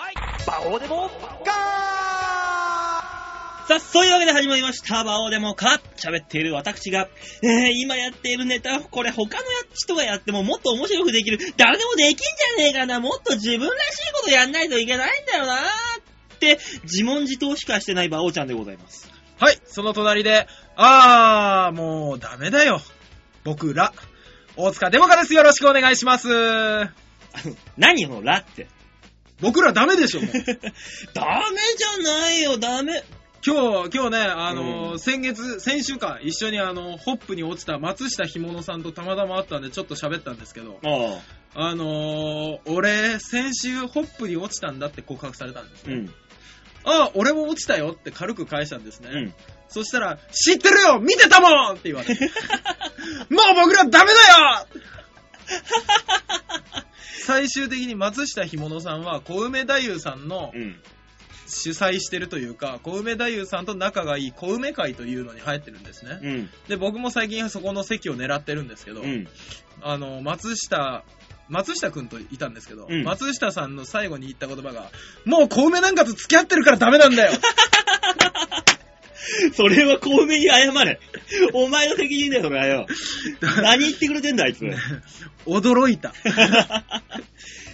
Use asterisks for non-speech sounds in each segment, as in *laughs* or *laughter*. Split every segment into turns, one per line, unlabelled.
魔王でもガ
さあ、そういうわけで始まりました。魔王でもか喋っている私が、えー、今やっているネタ、これ他のや人がやってももっと面白くできる。誰でもできんじゃねえかな。もっと自分らしいことやんないといけないんだよなって、自問自答しかしてない魔王ちゃんでございます。
はい、その隣で、あー、もうダメだよ。僕ら、大塚デモカです。よろしくお願いします。
何よ、ラって。
僕らダメでしょ、もう
ダメじゃないよ、ダメ。
*laughs* 今日、今日ね、あのー
うん
先月、先週か、一緒にあの、ホップに落ちた松下ひものさんとたまたま会ったんで、ちょっと喋ったんですけど、
ああ、
あのー、俺、先週ホップに落ちたんだって告白されたんです
う
ね。
ん、
あー、俺も落ちたよって軽く返したんですね。
うん。
そしたら、知ってるよ見てたもんって言わ
*laughs*
れて。もう僕らダメだよ最終的に松下ひものさんは小梅太夫さんの
うん。
主催してるというか、小梅太夫さんと仲がいい小梅会というのに入ってるんですね。
うん。
で、僕も最近そこの席を狙ってるんですけど、
うん。
あの、松下、松下くんといたんですけど、
うん
松下さんの最後に言った言葉が、もう小梅なんかと付き合ってるからダメな
*laughs*
んだよ
それは小梅に謝れ。 *laughs* お前の責任だよ、それは
*laughs*
よ。何言ってくれてんだ、あいつ。
驚いた。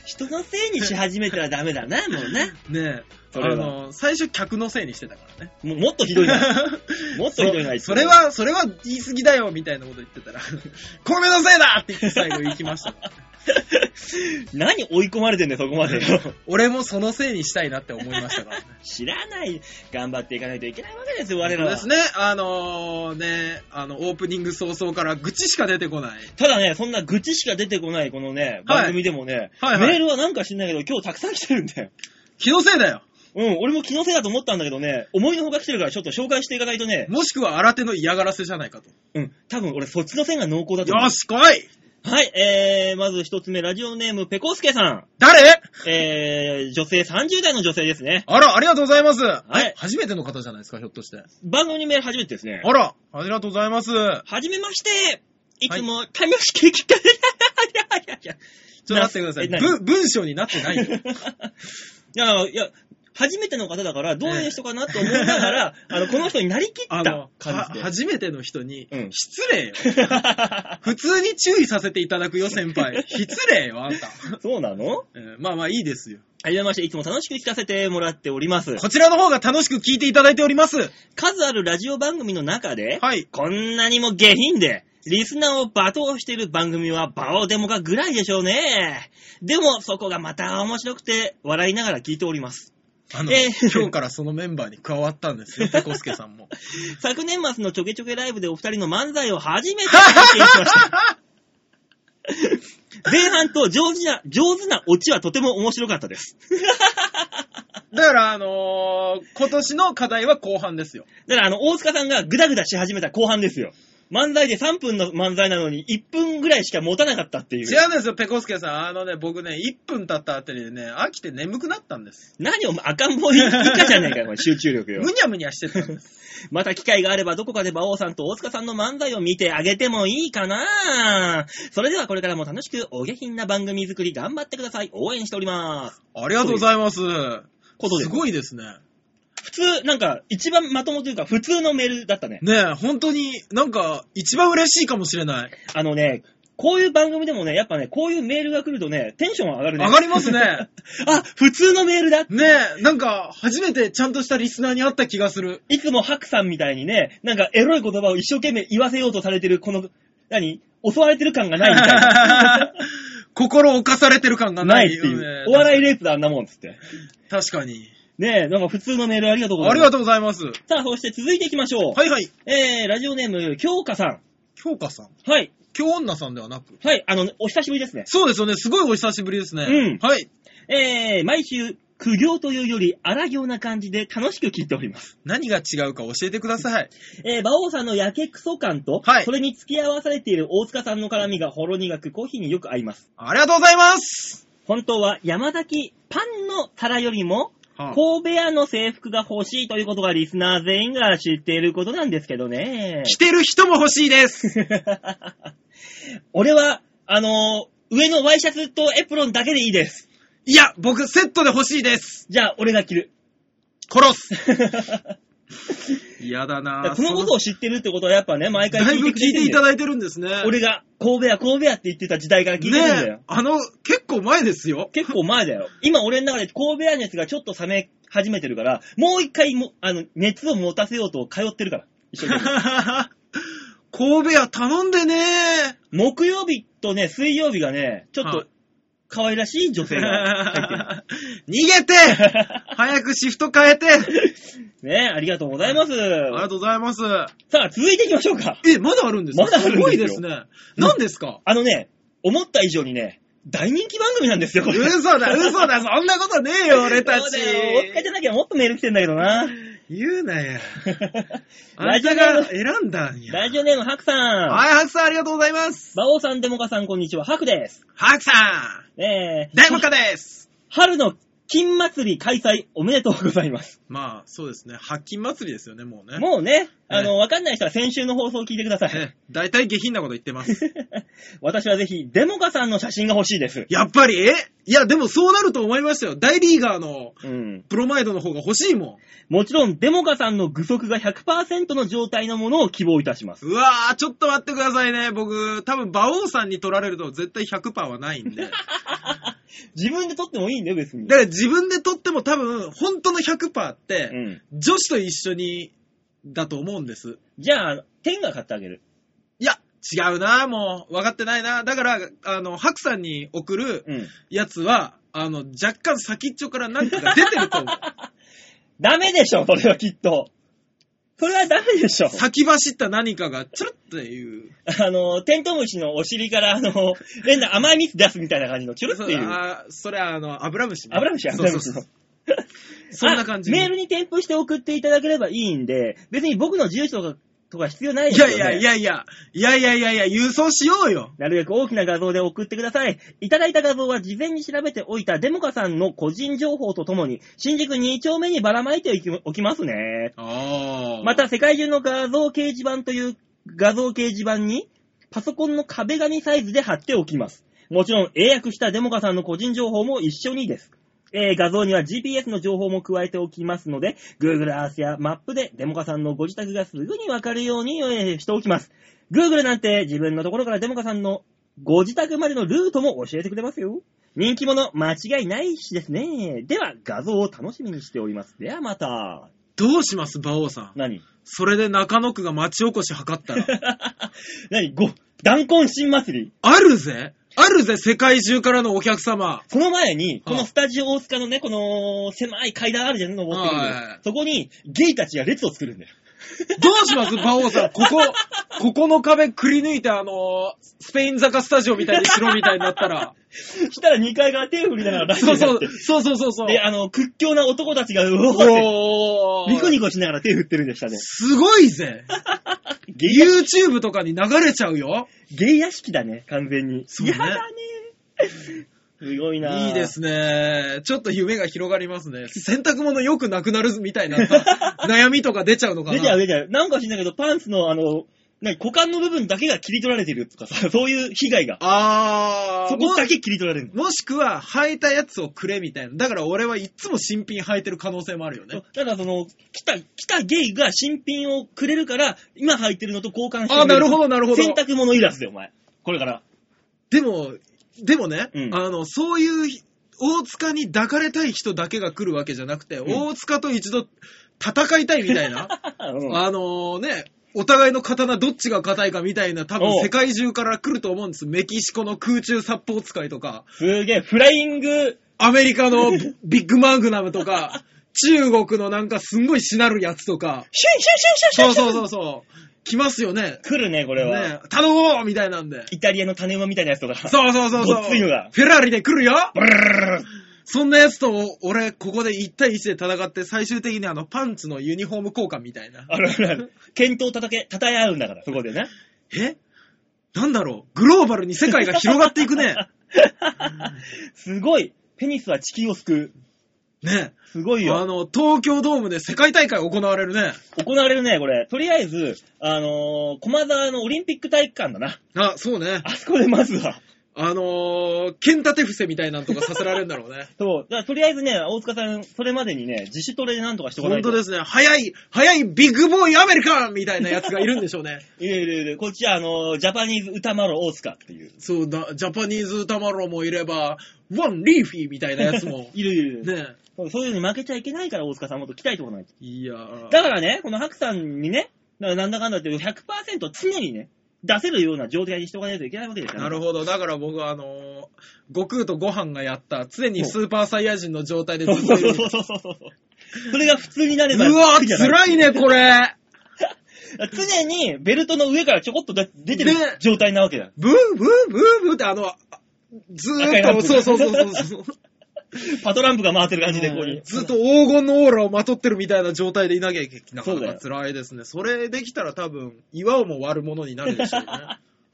人のせいにし始めたらダメだな、もうね。
ねえ、
それは
あの、最初客のせいにしてたからね。
もうもっとひどいな。もっとひどいな、あいつ
*laughs* それ。は、それは言い過ぎだよ、みたいなこと言ってたら、 *laughs* 米のせいだって言って最後行きま
*laughs*
した。
何追い込まれてんだよ、そこま
*laughs*
でよ。
俺もそのせいにしたいなって思いましたからね。
知らない。頑張っていかないといけないわけですよ、我
そ
ら
う
は。
ですね、あのーね、あの、オープニング早々から愚痴しか出てこない。
ただね、そんな愚痴しか出てこない、このね、番組でもね、
はいはい
メールはなんか知んないけど、今日たくさん来てるんだよ。
気のせいだよ。
うん、俺も気のせいだと思ったんだけどね、思いのほか来てるからちょっと紹介していかないとね、
もしくは新手の嫌がらせじゃないかと。
うん、多分俺そっちの線が濃厚だと思う。
よし、来い
はい、えー、まず一つ目、ラジオネーム、ペコスケさん。
誰
えー、女性、30代の女性ですね。
あら、ありがとうございます。
い
え初めての方じゃないですか、ひょっとして。
番組メール初めてですね。
あら、ありがとうございます。
はじめましていつも楽しく聞かれ、い、やいやいや
ちょっと待ってください。
え何
ぶ文章になってないよ。
いや、いや、初めての方だから、どういう人かなと思いながら、あの、この人になりきっ
あ
た
の、は
感じで。
初めての人に
うん、 *laughs*
失礼よ。普通に注意させていただくよ、先
*laughs*
輩。失礼よ、あんた。
そうなの
うんまあまあいいですよ。
はじめまして、いつも楽しく聞かせてもらっております。
こちらの方が楽しく聞いていただいております。
数あるラジオ番組の中で、
はい。
こんなにも下品で、リスナーを罵倒している番組はバオデモかぐらいでしょうね。でも、そこがまた面白くて、笑いながら聞いております。
あの、
えー
今日からそのメンバーに加わったんで
*laughs*
すよ、ペコスケさんも。 *laughs*
昨年末のちょけちょけライブでお二人の漫才を初めて拝見しました。前半と上手な、上手なオチはとても面白かったです。
だから、あのー今年の課題は後半ですよ。
だからあの、大塚さんがグダグダし始めた後半ですよ。漫才で3分の漫才なのに1分ぐらいしか持たなかったってい
違
う。
うんですよ、ペコスケさん。あのね、僕ね、1分経ったあたりでね、飽きて眠くなったんです。
何お前赤ん坊以下じゃねえかよ、お前集中力よ
む。にゃむにゃし
*laughs*
てたんです。
また機会があればどこかで馬王さんと大塚さんの漫才を見てあげてもいいかなそれではこれからも楽しくお下品な番組作り頑張ってください。応援しております。
ありがとうございます。
ことです
ごいですね。
普通、なんか、一番まともというか、普通のメールだったね。
ねえ、本当になんか、一番嬉しいかもしれない。
あのね、こういう番組でもね、やっぱね、こういうメールが来るとね、テンション上がるね。
上がりますね。
*laughs* あ、普通のメールだ
ねえ、なんか、初めてちゃんとしたリスナーに会った気がする。
いつもハクさんみたいにね、なんかエロい言葉を一生懸命言わせようとされてる、この、何襲われてる感がないみたいな。
*laughs* 心侵されてる感 *laughs* がな
ない
い
って
よね、
いう。お笑いレイプだ、あんなもんっつって。
確かに。
ねえ、なんか普通のメールありがとうござい
あ
ま
り
す。
がとうございます。
う。さあ、そして続いていきましょう。
はいはい。
えー、ラジオネーム、京香さ
京香さん。
ん。はい。
京女さんではなく。
はい、あの、お久しぶりですね。
そうですよね。すごいお久しぶりですね。
うん
はい。
えー、毎週、苦行というより荒行な感じで楽しく聞いております。
何が違うか教えてください。
えー、馬王さんのやけくそ感と、
はい
それに付き合わされている大塚さんの絡みがほろ苦くコーヒーによく合います。
ありがとうございます。
本当は山崎パンの皿よりも、
は
神戸屋の制服が欲しいということがリスナー全員が知っていることなんですけどね。
着てる人も欲しいです。
*laughs* 俺は、あのー上のワイシャツとエプロンだけでいいです。
いや、僕、セットで欲しいです。
じゃあ、俺が着る。
殺 *laughs* す。
こ
嫌だなぁ
のことを知ってるってことは、やっぱね、毎回
だいぶ
聞い
聞い
てくれて
て
ん
い
だ
た
よ
だいてるんですね。
俺が、神戸や神戸やって言ってた時代から聞いてるんだよ。
ねえ、あの、結構前ですよ。
結構前だよ。今俺の中で神戸屋熱がちょっと冷め始めてるから、もう一回も、あの、熱を持たせようと通ってるから。一緒に。
*laughs* 神戸屋頼んでね
木曜日とね、水曜日がね、ちょっ
は
と
い、
可愛らしい女性が入ってる。
逃げて *laughs* 早くシフト変えて
ねありがとうございます。
ありがとうございます。
さあ、続いていきましょうか。
え、まだあるんですか
まだあるんですよ
すごいですね。何ですか
あのね、思った以上にね、大人気番組なんですよ、これ。
嘘だ、嘘だ、そんなことねえよ、俺た
そう
ち。
だよ大塚じゃなきゃもっとメール来てんだけどな。
言うなや。 *laughs* あ
ラ
ん
ジオ
た
ネー
が
ム、
選んだんや。
ラジオネーム、ハクさん。
はい、ハクさんありがとうございます。
馬王さん、デモカさん、こんにちは。ハクです。
ハクさ
え
ん、大木家です。
ー、春の金祭り開催おめでとうございます。
まあ、そうですね。白金祭りですよね、もうね。
もうね、あの、わかんない人は先週の放送を聞いてください。
ね大体下品なこと言ってます。
私はぜひ、デモカさんの写真が欲しいです。
やっぱり、えいや、でもそうなると思いましたよ。大リーガーの
うん。
プロマイドの方が欲しいも
もちろん、デモカさんの具足が100%の状態のものを希望いたします。
ん。うわー、ちょっと待ってくださいね。僕、多分、馬王さんに取られると絶対100%はない *laughs* んで。だか
自分で撮ってもいいんだよ、別に。
ら自分で取っても多分、本当の100%っ
う
て、
ん。
女子と一緒に、だと思うんです。
じゃあ、天が買ってあげる。
いや、違うなもう、分かってないなだから、あの、白さんに送る
うん。
やつは、あの、若干先っちょからなんかが出てると思う。
*laughs* ダメでしょ、それはきっと。それはダメでしょ。
先走った何かが、つるっていう。
あの、テントウムシのお尻から、あの、変な甘い蜜出すみたいな感じのチュルっていう。
あーそれはあの、アブラムシ、ね。
アブラムシアブ
そう
ラ
そ
ム
う
シ
そ
の
う。。そんな感じ。
あメールに添付して送っていただければいいんで、別に僕の住所とかとか必要ないで
い
すよ、
や
ね。
いやいやいや、いやいやいやいや、郵送しようよ。
なるべく大きな画像で送ってください。いただいた画像は事前に調べておいたデモカさんの個人情報とともに、新宿2丁目にばらまいておきおきますね。
あ
ま、た、世界中の画像掲示板という画像掲示板に、パソコンの壁紙サイズで貼っておきます。もちろん、英訳したデモカさんの個人情報も一緒にです。えー画像には GPS の情報も加えておきますので、Google Earth やマップでデモカさんのご自宅がすぐにわかるように、えーしておきます。Google なんて自分のところからデモカさんのご自宅までのルートも教えてくれますよ。人気者、間違いないしですね。では、画像を楽しみにしております。ではまた。
どうします、馬王さん。
何
それで中野区が町おこし測ったら。
何ご、弾痕新祭り。
あるぜあるぜ、世界中からのお客様。
その前に、こ
はい
のスタジオ大塚のね、この狭い階段あるじゃん、登ってくる
はいはいはい。
そこにゲイたちが列を作るんだよ。 *laughs*
どうします、馬王さん。ここ、ここの壁くり抜いて、あのスペイン坂スタジオみたいにしろみたいになったら。
したら2階側手を振りながらライブ
そ
や
う
って。
*laughs*
*laughs*
そう、そうそうそうそう。
で、あの、屈強な男たちが、うおーって、
おー
ニコニコしながら手振ってるんでしたね。
すごいぜ
ゲイ、
YouTube とかに流れちゃうよ。
ゲイ屋敷だね、完全に。
そうね
やだね。すごいなぁ
いいで。すね。ちょっと夢が広がりますね。洗濯物よくなくなるみたいなさ *laughs* 悩みとか出ちゃうのかな。
出ちゃう出ちゃう。なんか知んないけど、パンツのあの、何、股間の部分だけが切り取られてるとかさ、そういう被害が。
あー
そこだけ切り取られる
も。もしくは、履いたやつをくれみたいな。だから俺はいつも新品履いてる可能性もあるよ
そう
ね。
ただその、来た、来たゲイが新品をくれるから、今履いてるのと交換して
あーなるほど、なるほど。
洗濯物いらずだよ、お前。これ
*laughs*
から。
でも、でもね、
うん
あの、そういうひ、大塚に抱かれたい人だけが来るわけじゃなくて、
ん
大塚と一度戦いたいみた
*laughs*
いな。
うん
あのね、お互いの刀どっちが硬いかみたいな、多
お
分
う
世界中から来ると思うんです。メキシコの空中殺法使いとか、
すげえ、フライング、
アメリカの
*laughs*
ビッグマグナムとか、中国のなんかすんごいしなるやつとか、
シュンシュンシュン
そ
シュ
う
ンシュンシュン
そうそうそう、来ますよね。
来るね、これは。
ね頼もうみたいなんで。
イタリアの種馬みたいなやつとか。
そうそうそうそう。
ごっついのが
フェラーリで来るよ
ブルルルルル
そんなやつと、俺、ここで1対1で戦って、最終的にあの、パンツのユニフォーム交換みたいな。
*laughs* あるあるある。剣闘叩け、叩え合うんだから、そこでね。
えなんだろうグローバルに世界が広がってい
*laughs*
くね。
すごい。ペニスは地球を救う。
ね
すごい
あ
よ。
の、東京ドームで世界大会行われるね。
行われるね、これ。とりあえ *laughs* ず、あのー駒沢のオリンピック体育館だな。
あ、そうね。
あそこでまずは。
あのー、剣立て伏せみたいなんとかさせられるんだろうね。
そう。だからとりあえずね、大塚さん、それまでにね、自主トレでなんとかしてこな
*laughs* 本
いと。
当ですね。早い、早いビッグボーイアメリカンみたいなやつがいるんでしょうね。
いるいるいる。こっちはあの、ジャパニーズ歌丸大塚っていう。。
*laughs* そうだ、ジャパニーズ歌丸もいれば、ワンリーフィーみたいなやつも
いるいるいる。
*laughs* ね
そうそういうのに負けちゃいけないから、大塚さんもっと鍛えてこないと。
いやー
だからね、この白さんにね、だからなんだかんだ言って100%常にね、出せるような状態にしておかないといけないわけですよ、ね。
なるほど。だから僕はあのー悟空とご飯がやった、常にスーパーサイヤ人の状態でずっ
そ
と
う
いる
そうそうそうそう。それが普通になれば。
うわ
じゃない
辛いね、これ。
常にベルトの上からちょこっと出出てる
ね
状態なわけだ。
ブーブーブーブーってあの、あず
赤い
ー
ラン
っ
プ
と、そうそうそうそうそう。
パトランプが回ってる感じで、ここに。
ずっと黄金のオーラをまとってるみたいな状態でいなきゃいけなか
そうだ
な
よ
か辛いですね。それできたら
*laughs*
多分、岩をも割るものになるでしょうね。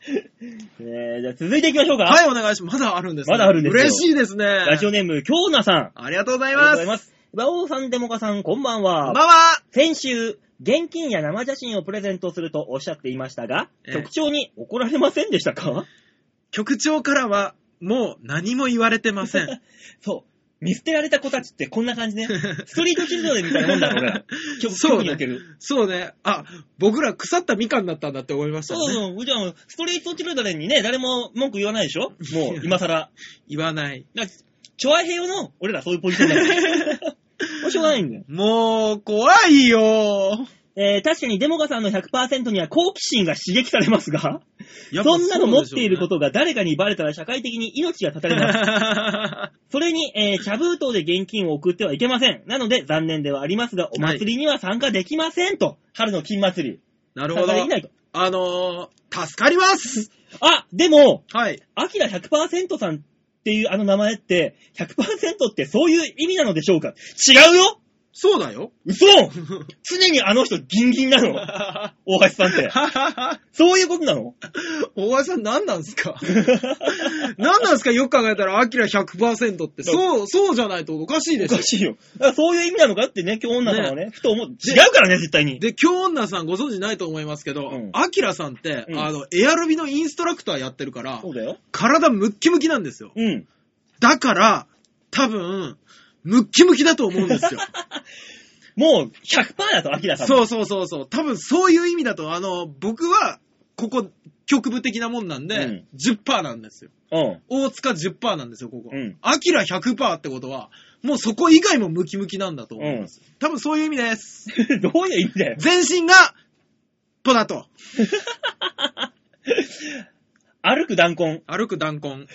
ねえじゃあ続いていきましょうか。
はい、お願いします。まだあるんです、ね、
まだあるんですよ
嬉しいですね。
ラジオネーム、京奈さん。
ありがとうござ
あ
います。
す。馬王さん、デモカさん、こんばん
こ
は。
んばんは。
先週、現金や生写真をプレゼントするとおっしゃっていましたが、
ええ
局長に怒られませんでしたか
局長からは、もう何も言われてま
*laughs*
せん。
そう。見捨てられた子たちってこんな *laughs* 感じね。ストリートチルドレンみたいなもんだ、俺ら。局
そう
局に
ね
おける。
そうね。あ、僕ら腐ったみかんだったんだって思いました
そ
ね。
うそう。じゃあ、ストリートチルドレンにね、誰も文句言わないでし *laughs* ょもう、今更。
言わない。
だから、チョアヘヨの、俺らそういうポジションだ *laughs* から。もうしょうがないんだよ。
もう、怖いよ。
えー、確かにデモカさんの100%には好奇心が刺激されますが、
やっぱ
そんなの持
う
っ
でしょうね
ていることが誰かにバレたら社会的に命が絶たれ
*laughs*
ます。それに、えー、茶封筒で現金を送ってはいけません。なので、残念ではありますが、お祭りには参加できませんと。春の金祭り。
なる
参
ほど
加でき。ないと。
あのー、助かります。
あ、でも、
はい。
アキラ100%さんっていうあの名前って、100%ってそういう意味なのでしょうか違うよ
そうだ *laughs* よ。
嘘常にあの人ギンギン
*laughs*
なの。大橋さんって。そういうことなの *laughs*
大橋さん何なんすか *laughs* 何なんすかよく考えたら、アキラ100%って、そう、そうじゃないとおかしい
*laughs* お
でしょ
か。しいよ。だからそういう意味なのかってね、今日女さんはね、ふと思う。違うからね、絶対に。
で、京女さんご存知ないと思いますけど
うん、
アキラさんって
う、ん
あの、エアロビのインストラクターやってるから
そ、うだよ。
体ムッキムキなんですよ。
うん。
だから、多分、ムッキムキだと思うんです *laughs* よ。
もう100%だと、アキラさん。う。
そうそうそうそう。多分そういう意味だと、あの、僕は、ここ、局部的なもんなんで、
うん
10%なんですよ。
うん。
大塚10%なんですよ、ここ。
うん
アキラ100%ってことは、もうそこ以外もムキムキなんだと思います。多分そういう意味です。
*laughs* どういう意味だよ。
全身が、ポタト。
歩く弾痕。 *laughs*
歩く弾痕。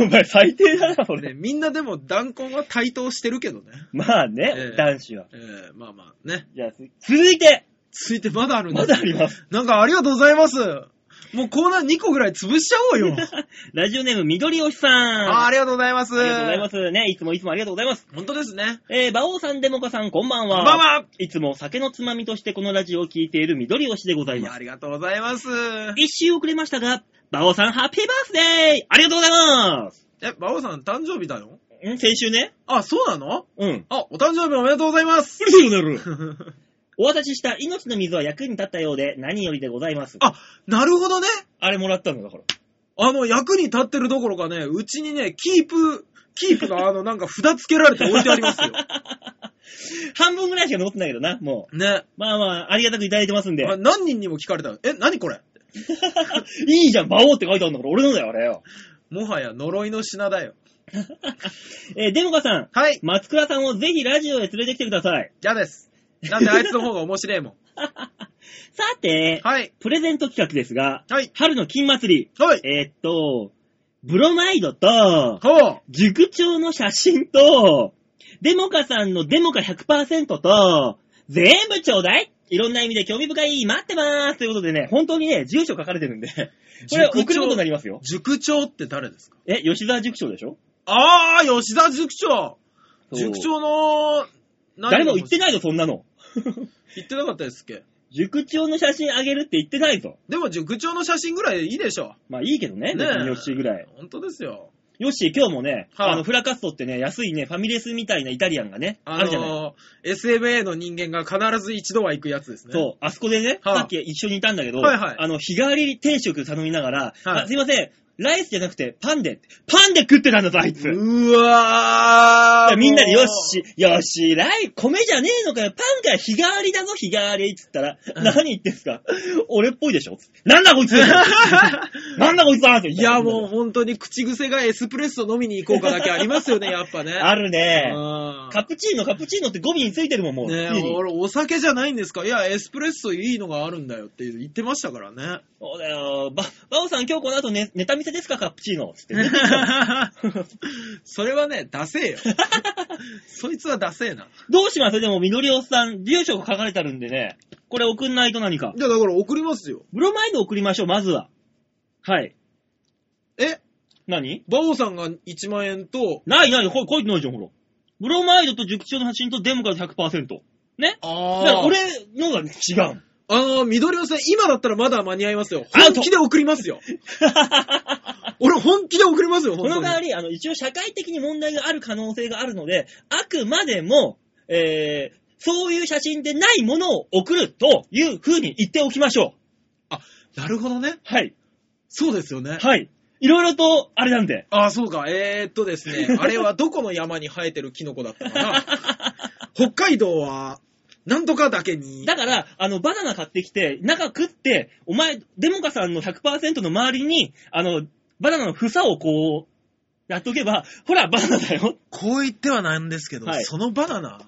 お前最低だな、それ。
ね、みんなでも弾痕は対等してるけどね。
まあね、
ええ
男子は。
えー、まあまあね。
じゃあ、つ続い
*laughs*
て、
ついてまだあるん
ま
です
だあります。
なんかありがとうございます。もうコーナー2個ぐらい潰しちゃおう
*laughs*
よ。
ラジオネーム、緑おしさん。
あーあ
あ
りがとうございます。
りがとうございます。ね、いつもいつもありがとうございます。
本当ですね。
えー、馬王さん、デモカさん、こんばんは。
こんばんはい
つも酒のつまみとしてこのラジオを聞いている緑おしでござい
い
ま
やあ
す。
りがとうございます。
一周遅れましたが、馬王さん、ハッピーバースデーありがとうございます。
え、馬王さん誕生日だよ
ん先週ね。
あ、そうなの
うん。
あ、お誕生日おめでとうござい *laughs* ます。
うるせえよ、なる。
あ、
お渡しした命の水は役に立ったようで何よりでございます。
なるほどね。
あれもらったんだから。
あの、役に立ってるどころかね、うちにね、キープ、キープがあの、なんか札つけられて置いてあります *laughs* よ。
半分ぐらいしか残ってないけどな、も
ね。
う。まあまあ、ありがたくいただいてますんで。
あ何人にも聞かれたよ。え、何これ
*laughs* いいじゃん、馬王って書いてあるんだから、俺のだよ、あれよ。
もはや呪いの品だよ。
えーデモカさん、
はい。
松倉さんをぜひラジオへ連れてきてください。
嫌です。なんであいつの方が面白いもん。
さて、
*laughs* はい。
プレゼント企画ですが、
はい。
春の金祭り、
はい。
えーっと、ブロマイドと、
ほう。
塾長の写真と、デモカさんのデモカ100%と、全部ちょうだいいろんな意味で興味深い待ってまーすということでね、本当にね、住所書かれてるんで、 *laughs* これ送ることになりますよ。
塾長って誰ですか
え、吉沢塾長でしょ
ああ、吉田塾長塾
そう
長の、
誰も言って
な
ないぞ、そんなの。
言ってなかったですっけ
塾長の写真あげるって言ってないぞ。
でも塾長の写真ぐらいいいでしょ。
まあいいけどね、
ねえ
別によしぐらい。
本当ですよ。
よし、今日もね、
はい
あの、フラカストってね、安いね、ファミレスみたいなイタリアンがね、あ
あ
るじゃない。
のー、SMA の人間が必ず一度は行くやつですね。
そう、あそこでね、
はい
さっき一緒にいたんだけど、
はいはい
あの、日替わり定食頼みながら、
はい
あすいません、ライスじゃなくてパンで、パンで食ってたんだぞ、あいつ。
うわー
みんなで、
も
よ
う
っし、よっし、ライ、米じゃねえのかよ、パンが日替わりだぞ、日替わりっつったら、
うん
何言ってんすか俺っぽいでしょなんだこ
*laughs*
いつなんだこいつだって言っ
い
たら
や、もう本当に口癖がエスプレッソ飲みに行こうかだけあります
*laughs*
よね、やっぱね。
あるね。
うん
カプチーノ、カプチーノって語尾についてるもん、もう。
ね
つい
え、
に
俺お酒じゃないんですかいや、エスプレッソいいのがあるんだよって言ってましたからね。
そうだよ。ば、バオさん今日この後ね、ネタ見せですか、カプチーノ。つって、
*laughs*
ね。
それはね、ダセえ
*laughs*
よ。そいつはダセえな。
どうしますでも、緑おっさん、住所が書かれてあるんでね、これ送んないと何か。
じゃあだから送りますよ。
ブロマイド送りましょう、まずは。はい。
え
何
バオさんが1万円と、
ないない、こ書いてないじゃん、ほら。ブロマイドと塾長の写真とデモから100%。ねだか
あ
ら俺のが違う。
あの、緑尾さん、今だったらまだ間に合いますよ。
アウト
本気で送ります *laughs* よ。俺本気で送りますよ、
こ
本当
の
に。
代わり、あの、一応社会的に問題がある可能性があるので、あくまでも、えー、そういう写真でないものを送るという風に言っておきましょう。
なるほどね。
はい。
そうですよね。
はい。いろいろと、あれなんで。
ああ、そうか。えー、っとです *laughs* ね。あれはどこの山に生えてるキノコだったか *laughs* な北海道は、なんとかだけに。
だから、あの、バナナ買ってきて、中食って、お前、デモカさんの100%の周りに、あの、バナナの房をこう、やっとけば、ほら、バナナだよ。 *laughs*
こう言ってはなんですけど、
はい
そのバナナ、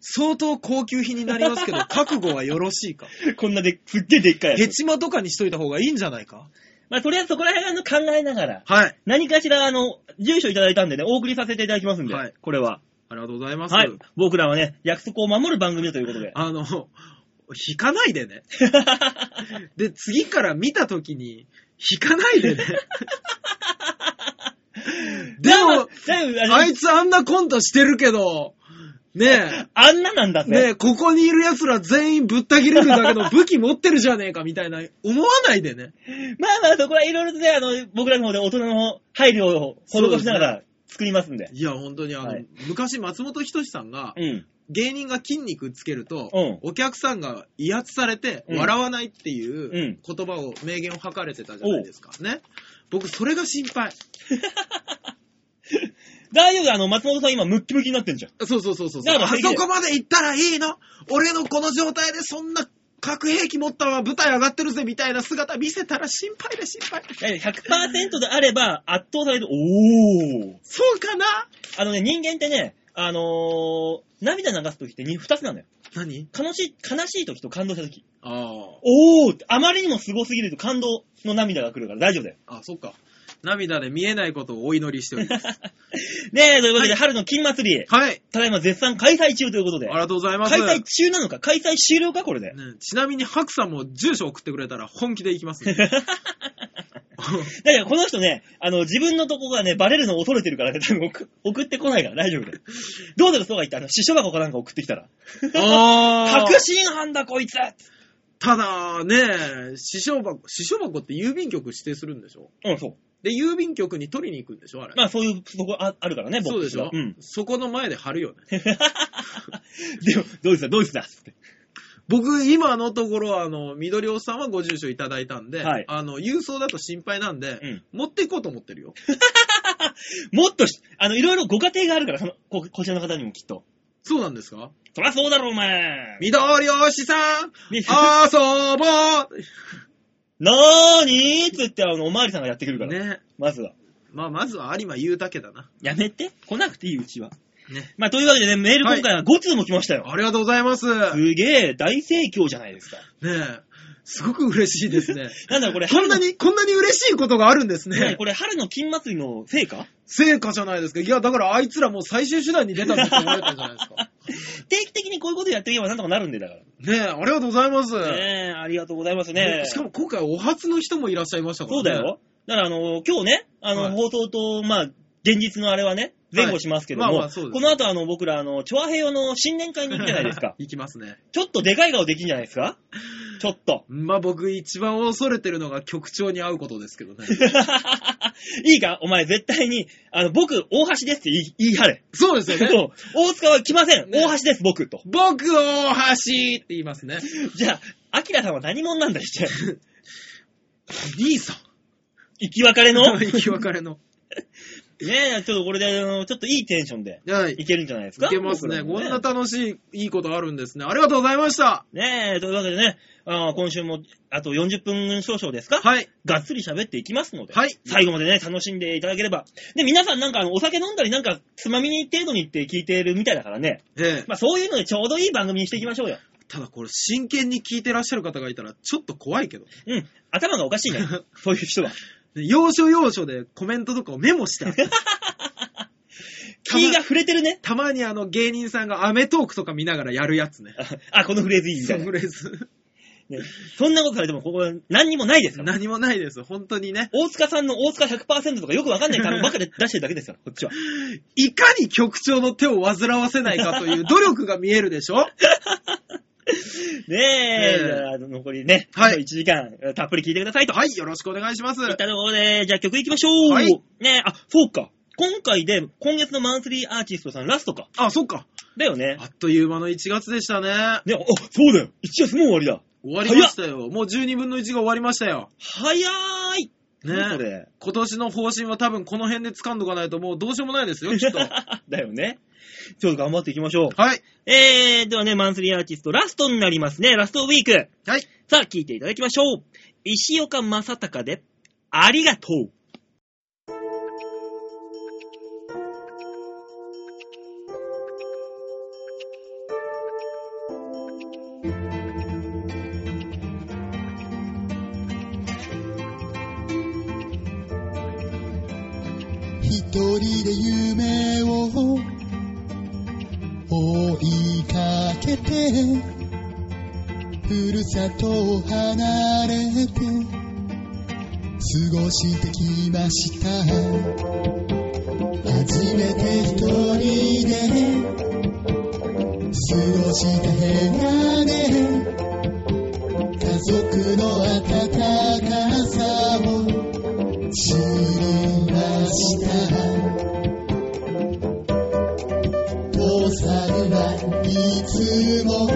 相当高級品になりますけど、覚悟はよろしい *laughs* か。
こんなで、すっげえでっかい
ヘ
やつ。
チマとかにしといた方がいいんじゃないか
まあ、とりあえずそこら辺あの考えながら、
はい。
何かしら、あの、住所いただいたんでね、お送りさせていただきますんで、
はい
これは。
ありがとうございます。
はい。僕らはね、約束を守る番組だということ *laughs* で。
あの、引かないでね。
*laughs*
で、次から見たときに、引かないで *laughs* ね。でも、
だいぶ、だいぶあ
あ
れ
いつあんなコントしてるけど、 *laughs* ね
あんななんだ
え、ね
ぜ。
え、ここにいる奴ら全員ぶった切れるだけ *laughs* の武器持ってるじゃねえかみたいな、思わないでね。
まあまあ、そこはいろいろとね、あの、僕らの方で大人の配慮を施しながら作りますんで。
いや、本当にあの、
はい
昔松本人志さんが
う、ん。
芸人が筋肉つけると、
うん
お客さんが威圧されて、
うん
笑わないっていううん言葉を、名言を吐かれてたじゃないですか。ね。僕、それが心配。
大丈夫あの、松本さん今ムッキムキになってんじゃん。
そうそうそうそう。
だから
あそこまで行ったらいいの俺のこの状態でそんな核兵器持ったまま舞台上がってるぜみたいな姿見せたら心配で心配。
だけど100%であれば圧倒される。おー。
そうかな
あのね、人間ってね、あのー、涙流すときって 2, つなのよ。
何
悲しい、悲しいときと感動したとき。
あ
おーって、あまりにも凄すぎると感動の涙が来るから大丈夫だよ。
あ。あ、そっか。涙で見えないことをお祈りしてお
*laughs*
ります。
ねえ、というわけで、春の金祭り、
はい。
ただいま絶賛開催中ということ
あ
で
り。がとうございます。
開催中なのか開催終了かこれで。
ねちなみに、白さんも住所送ってくれたら本気で行
*laughs*
きます、ね。
だけど、この人ね、あの、自分のとこがね、バレるのを恐れてるからね、多分送送ってこないから大丈夫だよ。どうだろう、そうが言ったあの、死書箱かなんか送ってきたら。
あ
確信犯だ、こいつ
ただね、師匠箱、師匠箱って郵便局指定するんでしょ
うん、そう。
で、郵便局に取りに行くんでしょあれ。
まあ、そういう、そこああるからね、
そうでしょ、
僕うん。
そこの前で貼るよね。
でも、ドイツだ、ドイツだっつって。
僕、今のところ、あの、緑尾さんはご住所いただいたんで、
はい
あの、郵送だと心配なんで、
うん
持っていこうと思ってるよ。
もっとし、あの、いろいろご家庭があるから、その、こ、こちらの方にもきっと。
そうなんですか
そりゃそうだろ、お前。
緑尾氏さ
*laughs*
ん遊ぼ
なーにーつって、あの、おまわりさんがやってくるか
う
ら。
ね。
まずは。
まあ、まずは有馬優けだな。
やめて。来なくていい、うちは。
ね。
まあ、というわけでね、メール今回は5通も来ましたよ。
ありがとうございます。ね
すげえ、大盛況じゃないですか。
え。すごく嬉しいですね。
なん *laughs* だろうこれ、
こんなに、こんなに嬉しいことがあるんです
春のね
ね。
これ、春の金祭りの成果
成果じゃないですか。いや、だからあいつらもう最終手段に出たんだって思われたんじゃないで
*laughs*
すか。
*laughs* 定期的にこういうことやっていけばなんとかなるんで、だか
ねえ、ありがとうございます。
ら。ねえ、ありがとうございますね。
しかも今回お初の人もいらっしゃいましたから
そ
ね。
うだよ。だから、あの、今日ね、あの、
はい
放送と、まあ、現実のあれはね、前後しますけども、
はいまあまあそうです
この後、あの、僕ら、あの、チョアヘヨの新年会に行くじゃないですか
*laughs* 。行きますね。
ちょっとでかい顔できんじゃないですかちょっと。 *laughs*
まあ僕一番恐れてるのが局長に会うことです
*laughs*
けどね。
いいかお前絶対に、あの、僕、大橋ですって言い言い張れ。
そうですよね。
そう。大塚は来ません。
ね
大橋です、僕、と。
僕、大橋って言いますね。
じゃあ、アキラさんは何者なんだりして。
兄さん。
生き別れ
*laughs*
のね
生き別れの。
え、ちょっとこれで、あのちょっといいテンションで
はい。
い
い
けるんじゃないですか
けますね。
僕
こん
ら
な
も
楽しい、いいことあるんですね。ありがとうございました。
ねえ、というわけでね、あー今週もあと40分少々ですか
はい。
がっつり喋っていきますので、
はい
最後までね、楽しんでいただければ。で、皆さんなんかあのお酒飲んだりなんかつまみに程度にって聞いてるみたいだからね、
ええ。
まあそういうのでちょうどいい番組にしていきましょうよ。
ただこれ真剣に聞いてらっしゃる方がいたらちょっと怖いけど。
うん、頭がおか
*laughs*
しいね。そういう人は。
で要所要所でコメントとかをメモしてあ
*laughs*
るたま
気が触れてるね。
たまにあの芸人さんがアメトークとか見ながらやるやつね。
あ、このフレーズいいみ
そ
たい
の
な
フ。レーズ。
ねそんなことされてもここは何にもないですから。
何もないです。本当にね。
大塚さんの大塚100%とかよくわかんない単語ばっかで出してるだけですから、こっちは。
いかに局長の手を煩わせないかという努力が見えるでし
*laughs*
ょ
ねえ、
*laughs* ええ
じゃあ残りね、
はい
1時間えーたっぷり聞いてくださいと。
はい、よろしくお願いします。
いったところで、じゃあ曲いきましょう。
はい
ねえ、あ、そうか。今回で、今月のマンスリーアーティストさんラストか。
あ、そっか。
だよね
あ。っという間の1月でしたね。
ね、あ、そうだよ。1月もう終わりだ。
終わりましたよ。もう12分の1が終わりましたよ。
早い。何そ
ね。
れ。
今年の方針は多分この辺で掴んどかないともうどうしようもな
*laughs*
いですよ、きっと。は
だよね。ちょっと頑張っていきましょう。
い。
*laughs* えー、ではね、マンスリーアーティストラストになりますね。ラストウィーク。
はい。
さあ、聞いていただきましょう。石岡正隆で、ありがとう。
一人で夢を追いかけてふるさとを離れて過ごしてきました初めて一人で過ごした部屋で家族の温かさを知りました父さんはいつも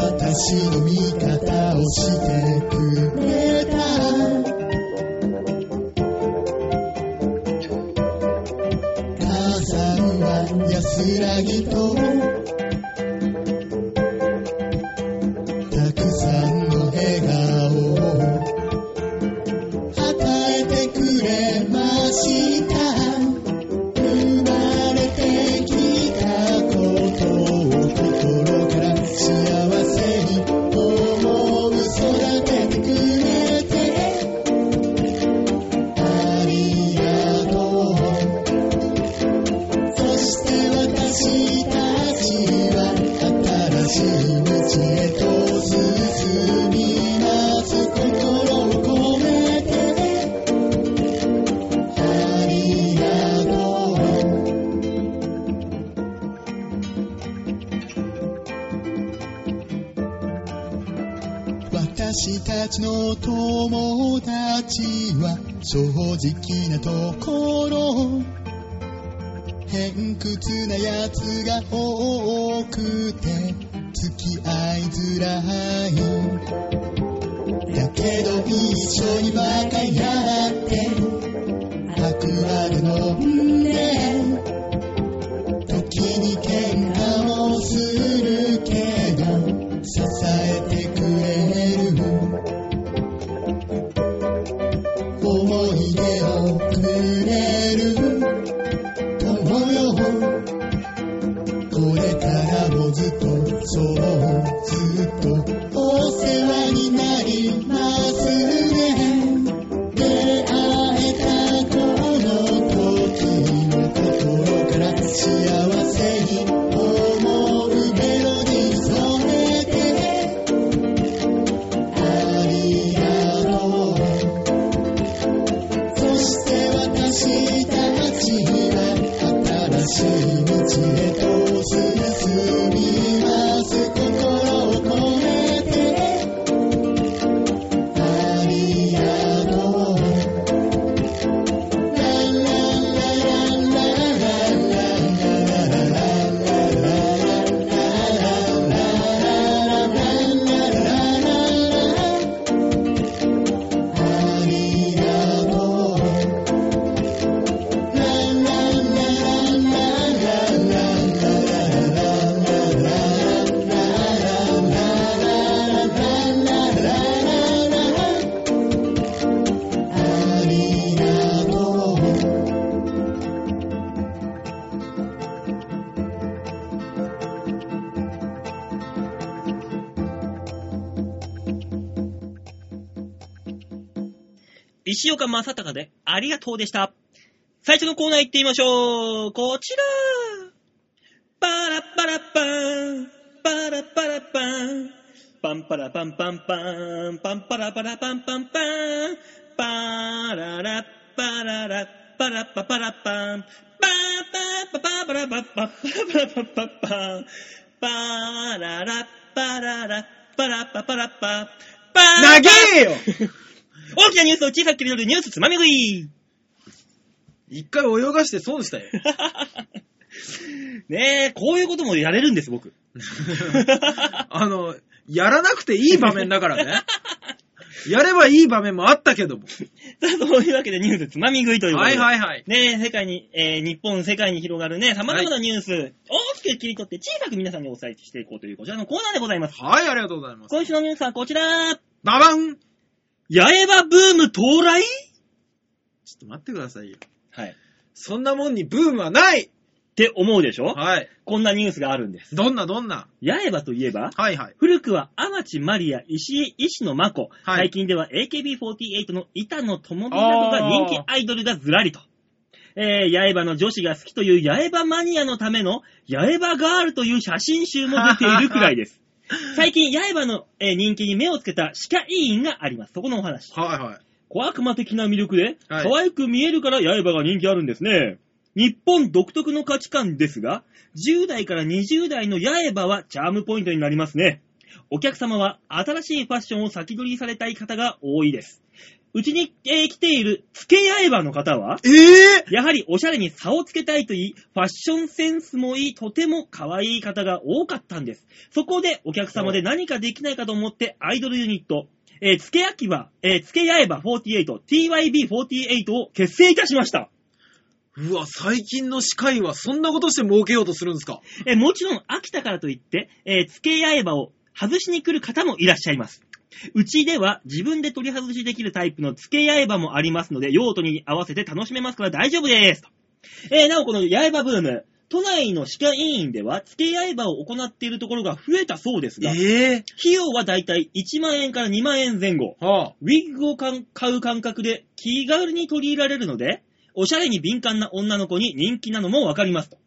私の味方をしてくれた母さんは安らぎとたくさんの笑顔を与えてくれました生まれてきたことを心から幸せに思う育ててくれてありがとうそして私たちは新しい道へと進みますことを込めてありがとう私たちの友達は正直なところ偏屈な奴が多くて付き合いづらいだけど一緒に馬鹿やってあくまで飲んで時に喧嘩もするけど支えてくれる思い出をくれる友よこれからもずっとそうずっとお世話になりますねで
石岡正隆でありがとうでした。最初のコーナー行ってみましょう。こちら。パラパラパン、パラパラパン、パンパラパンパンパン、パンパラパラパンパンパン、パララパララパラパパラパン、パーパーパパパラパパパラパパパン、パララパララパラパパラパ、パ
長えよ
大きなニュースを小さく切り取るニュースつまみ食い *laughs*
一回泳がして損したよ。
ねえ、こういうこともやれるんです、
*laughs*
僕。
あの、やらなくていい場面だからね。やればいい場面もあったけども。
さあ、そういうわけでニュースつまみ食いということ
は
で。
いはいはい。
ねえ、世界に、えー日本、世界に広がるね、様々なニュース、大きく切り取って小さく皆さんにお伝えしていこうというこちらのコーナーでございます。
はい、ありがとうございます。
今週のニュースはこちら。
ババンちょ
八重歯ブーム到来
っと待ってくださいよ。
はい。っ
そんなもんにブームはない
て思うでしょ
はい。
こんなニュースがあるんです。
どんなどんな
八重歯といえば、
はいはい。
古くは天地マリア、石井、石野真子、
はい
最近では AKB48 の板野友美などが人気アイドルがずらりと。えー、八重歯の女子が好きという八重歯マニアのための八重歯ガールという写真集も出ているくらい
*laughs*
です。最近、八重歯の、えー人気に目をつけた歯科医院があります。そこのお話。
はいはい。
小悪魔的な魅力で、可
はい
愛く見えるから刃が人気あるんですね。日本独特の価値観ですが、10代から20代の刃はチャームポイントになりますね。お客様は新しいファッションを先取りされたい方が多いです。うちに、えー来ている付け刃の方は、
ええ
*laughs* やはりおしゃれに差をつけたいと言い、ファッションセンスもいい、とても可愛い方が多かったんです。そこでお客様で何かできないかと思って、アイドルユニット、えー、つけ焼きば、えー、つけやえば48、TYB48 を結成いたしました。
うわ、最近の歯科医はそんなことして儲けようとするんですか
えーもちろん秋田からといって、えー、付け合えばを外しに来る方もいらっしゃいます。うちでは自分で取り外しできるタイプの付け合えばもありますので、用途に合わせて楽しめますから大丈夫です。とえーなおこの八重歯ブーム、都内の歯科医院では付け合えばを行っているところが増えたそうですが、
ええ
費用はだいたい1万円から2万円前後。
は
ウィッグをかん買う感覚で気軽に取り入れられるので、おしゃれに敏感な女の子に人気なのもわかりますと。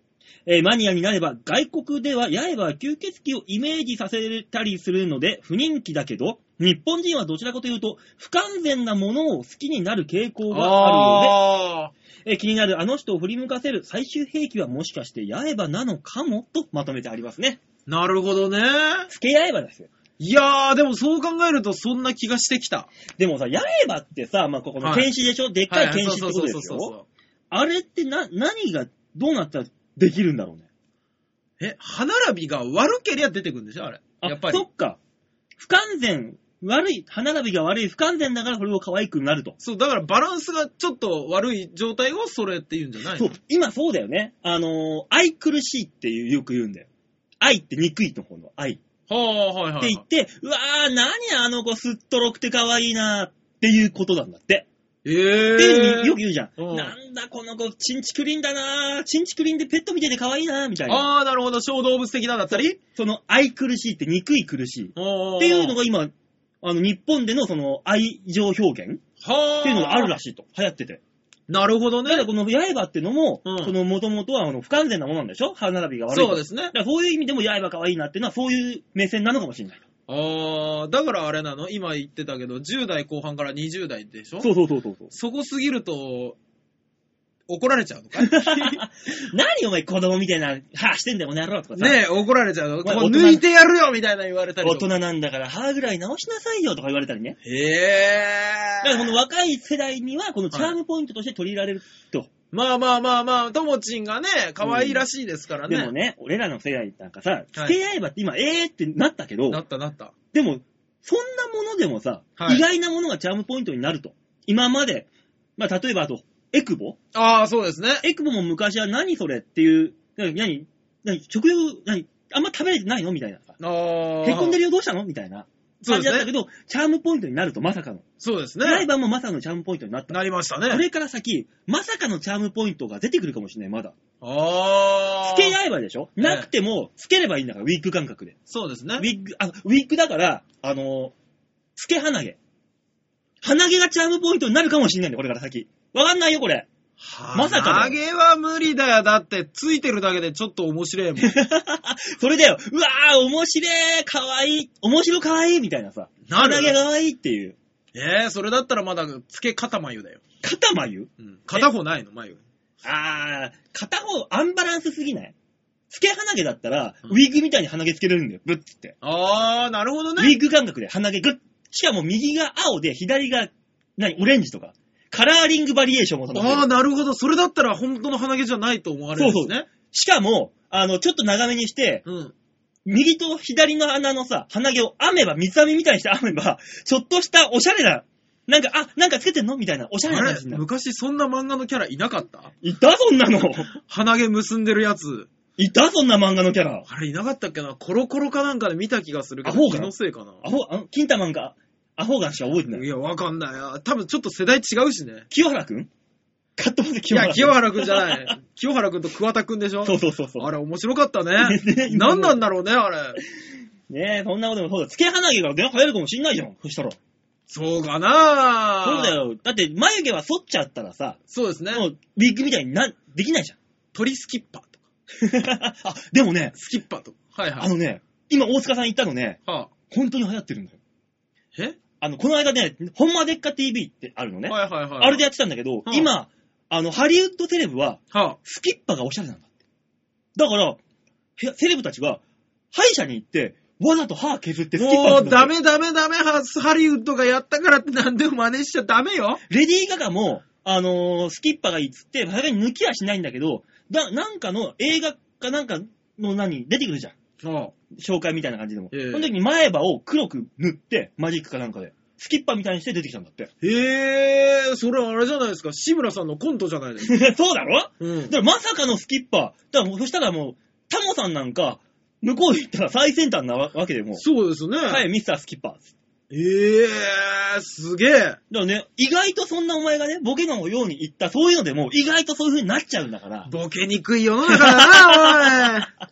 えーマニアになれば、外国では刃は吸血鬼をイメージさせたりするので不人気だけど、日本人はどちらかというと、不完全なものを好きになる傾向が
あ。
あるの
ああ。
で、えー気になるあの人を振り向かせる最終兵器はもしかして刃なのかもとまとめてありますね。
なるほどね。
付け刃ですよ。
いやー、でもそう考えるとそんな気がしてきた。
でもさ、刃ってさ、まあ、ここの
はい
剣士でしょ、でっかい剣士ってことですよ。あれってな、何が、どうなったらできるんだろうね。
う。え、歯並びが悪けりゃ出てくるんでしょあれ。
あ、
やっぱり
そ。っか。不完全、悪い、歯並びが悪い、不完全だからこれを可愛くなると。
そう、だからバランスがちょっと悪い状態をそれって言うんじゃない
そ
の
う、今そうだよね。あのー愛くるしいっていう、よく言うんだよ。愛って憎いの方の愛。
はあ、はい
っ
は
て
い
言っ
は
て、うわー、何あの子すっとろくて可愛いなーっていうことなんだって。
い。
っ
え
ていうの
え
によく言うじゃん。
うん
なんだこの子、チンチクリンだなー、チンチクリンでペット見てて可愛いなー、みたいな。
ああ、なるほど。小動物的なだったり
その愛くるしいって憎い苦しい。っ
って
いうのが今、あの、日本でのその愛情表現
はあ。
っていうのがあるら
しい。
しいと。流行ってて。
なるほど
た
ね
だ。この刃ってのも、
うん
その元々はあの不完全なものなんでしょ歯並びが悪いと。。
そうですすね
だ。からそういう意味でも刃可愛いなっていうのはそういう目線なのかもしれない。
ああ、だからあれなの今言ってたけど、10代後半から20代でしょ
そうそうそうそうそう。
そこすぎると、怒られちゃうの *laughs* かい
*laughs* 何お前子供みたいな歯してんだよ、この野郎とかさ。
ねえ、怒られちゃうの。
まあ
こう
大人
抜いてやるよみたいな言われたり
大
とか。
人なんだから歯ぐらい直しなさいよとか言われたりね。
へ
だからこの
え。
若い世代にはこのチャームポイントとして取り入れられると。
まあまあまあまあ、ともちんがね、可愛いらしいですからね。
でもね、俺らの世代なんかさ、
は
付
い
け合えばって今、えーってなったけど、
なったなった。
でも、そんなものでもさ、
はい
意外なものがチャームポイントになると。今まで、まあ、例えばあと、エクボ
ああ、そうですね。
エクボも昔は何それっていう、な何何食欲、何あんま食べれてないのみたいなさ。
ああ。
へこんで
る
るよ、どうしたのみたいな
そう
感
で
じだっ
す
たけ
ね。
ど、チャームポイントになると、まさかの。
そうです
ライ
ね。
バーもまさかのチャームポイントになった。
なりました
こ
ね。
れから先、まさかのチャームポイントが出てくるかもしれない、まだ。
ああ。
付け合えばでしょ
ええ
なくても、付ければいいんだから、ウィッグ感覚で。
そうですね
ウ。ィッグ、あの、ウィッグだから、あの、付け鼻毛。鼻毛がチャームポイントになるかもしんないんだよ、これから先。わかんないよ、これ。 *laughs* まさかだよ
投げは無理だよ。だって、ついてるだけでちょっと面白いもん。
それだよ。うわー、面白い、かわいい、面白かわいい、みたいなさ。
なる
鼻毛かわいいっていう。
えー、それだったらまだ、つけ肩眉だよ。
肩眉
うん。片方ないの、眉。
あー、片方アンバランスすぎないつけ鼻毛だったら、
うん
ウィッグみたいに鼻毛つけれるんだよ、ブッつって。
あー、なるほど
ウィ
ね。
ッグ感覚で鼻毛グッ。しかも右が青で、左が、何、オレンジとか。カラーリングバリエーションも楽しめる
あー、なるほど。それだったら本当の鼻毛じゃないと思われるんですね。
しかも、あの、ちょっと長めにして、
うん。
右と左の穴のさ、鼻毛を編めば、三つ編みみたいにして編めば、ちょっとしたおしゃれな、なんか、あ、なんかつけてんのみたいな、おしゃれ
あ
な
れ
感じになる。
昔そんな漫画のキャラいなかった
いたそんなの
鼻毛結んでるやつ。
いたそんな漫画のキャラ。
あれいなかったっけなコロコロかなんかで見た気がするけ
アホ
ど、
か
気
な
のせいかな。
アホ、あ金玉が、アホガンしか覚えてない
い。や、わかんないよ。多分ちょっと世代違うしね。
清原くんカットボール
い
清原
や、
くん。
清原くんじゃない。清原くんと桑田くんでしょ
そうそうそうそ
あれ面白かったね
*laughs* ね。
何なんだろうね、あれ。
う。ねえ、そんなこともそうだ。つけ鼻毛が電話流行るかもしんないじゃん。そしたら。
そうかな
そうだ。よ。だって、眉毛は剃っちゃったらさ、
そうですね。
もう、ビッグみたいにな、できないじゃん。 *laughs*
鳥スキッパーとか。
あ、でもね、
スキッパーとか。はいは
あ
い。
のね、今大塚さん言ったのね、
はあ、
本当に流行ってるんだよ。
え
あの、この間ね、ほんまでっか TV ってあるのね。
はいはいはい。
あれでやってたんだけど、
うん
今、あの、ハリウッドセレブは、
はあ、
スキッパがおしゃれなんだって。だから、へセレブたちは、歯医者に行って、わざと歯削ってスキッパ
も
を
うダメダメダメ、ハハリウッドがやったからって何でも真似しちゃダメよ。
レディー・ガガも、あのースキッパがいいっつって、さすがに抜きはしないんだけど、だ、なんかの映画かなんかの何、出てくるじゃん。
は
紹介みたいな感じでも。
ええ
その時に前歯を黒く塗って、マジックかなんかで。スキッパみたいにして出てきたんだって。 *laughs*
あ、へえ、それあれじゃないですか。志村さんのコントじゃないですか。
そうだろ
うん
だか。らまさかのスキッパー。だからもうそしたらもう、タモさんなんか、向こう行ったら最先端なわわけでもう。
そうですね。
はい、ミスタースキッパーっつって。
ええー、すげえ。
だからね、意外とそんなお前がね、ボケのように言った、そういうのでも、意外とそういう風になっちゃうんだから。
ボケにくい世の中だな、お *laughs* い。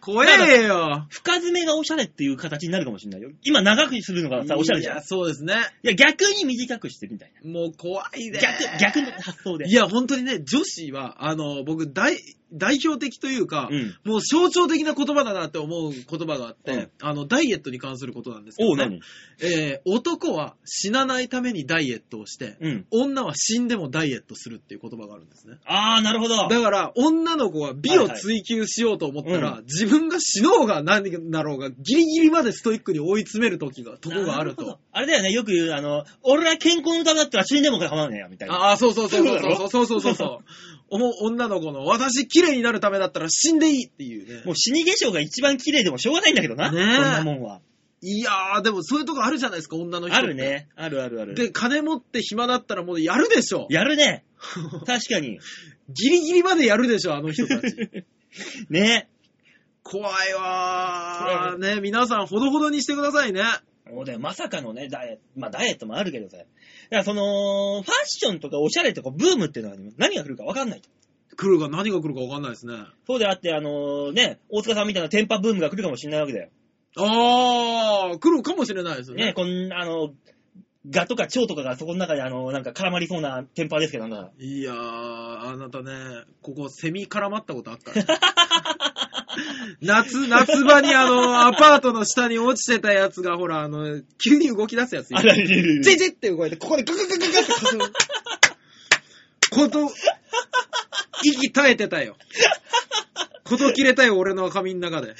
怖えよ。
深爪がオシャレっていう形になるかもしれないよ。今長くするのがさ、オシャレじゃん。
い
い
や、そうですね。
や、逆に短くしてみたいな。
もう怖いね。
逆、逆の発想で。
いや、本当にね、女子は、あの、僕、代、代表的というか、
うん。
もう象徴的な言葉だなって思う言葉があって、
うん
あの、ダイエットに関することなんですけ
お
ど、
う、
ね
何、
えー男は死なないためにダイエットをして、
うん。
女は死んでもダイエットするっていう言葉があるんですね。
あー、なるほど。
だから、女の子は美を追求しようと思ったら、
はいは
自分が死のうが何だろうが、ギリギリまでストイックに追い詰める時が、とこがある
なほ
と
ど。。あれだよね、よく言う、あの、俺は健康のためだったら死んでも構わねえよ、みたいな。
ああ、そうそうそうそうそうそうそうそ
そう
う
だ
*laughs* そう。おも女の子の、私綺麗になるためだったら死んでいいっていうね。
もう死に化粧が一番綺麗でもしょうがないんだけどな。
ね
そん
え
なもんは。
いやー、でもそういうとこあるじゃないですか、女の人。
ある。ね。あるあるある。
で、金持って暇だったらもうやるでしょ。
やる
*laughs*
ね。確かに。
ギリギリまでやるでしょ、あの人た *laughs* ち。
ね。
怖いわー。ね、皆さんほどほどにしてくださいね。
そうだよまさかのね、ダイエット、まあダイエットもあるけどさ。だからその、ファッションとかおしゃれとかブームっていうのは何が来るか分かんないと。
来るか何が来るか分かんないですね。
そうであって、あのね、大塚さんみたいなテンパブームが来るかもしれないわけだよ。
あー、来るかもしれないですね。
ね、こんあの、ガとか蝶とかがそこの中であの、なんか絡まりそうなテンパですけどな。
いやー、あなたね、ここセミ絡まったことあったからね、夏、夏場にあの、アパートの下に落ちてたやつが、ほら、あの、急に動き出すやついる。
あられれれれ
チェチェって動いて、ここでガガガガガってかすむ。こと、息絶えてたよ。こと切れたよ、俺の髪の中で。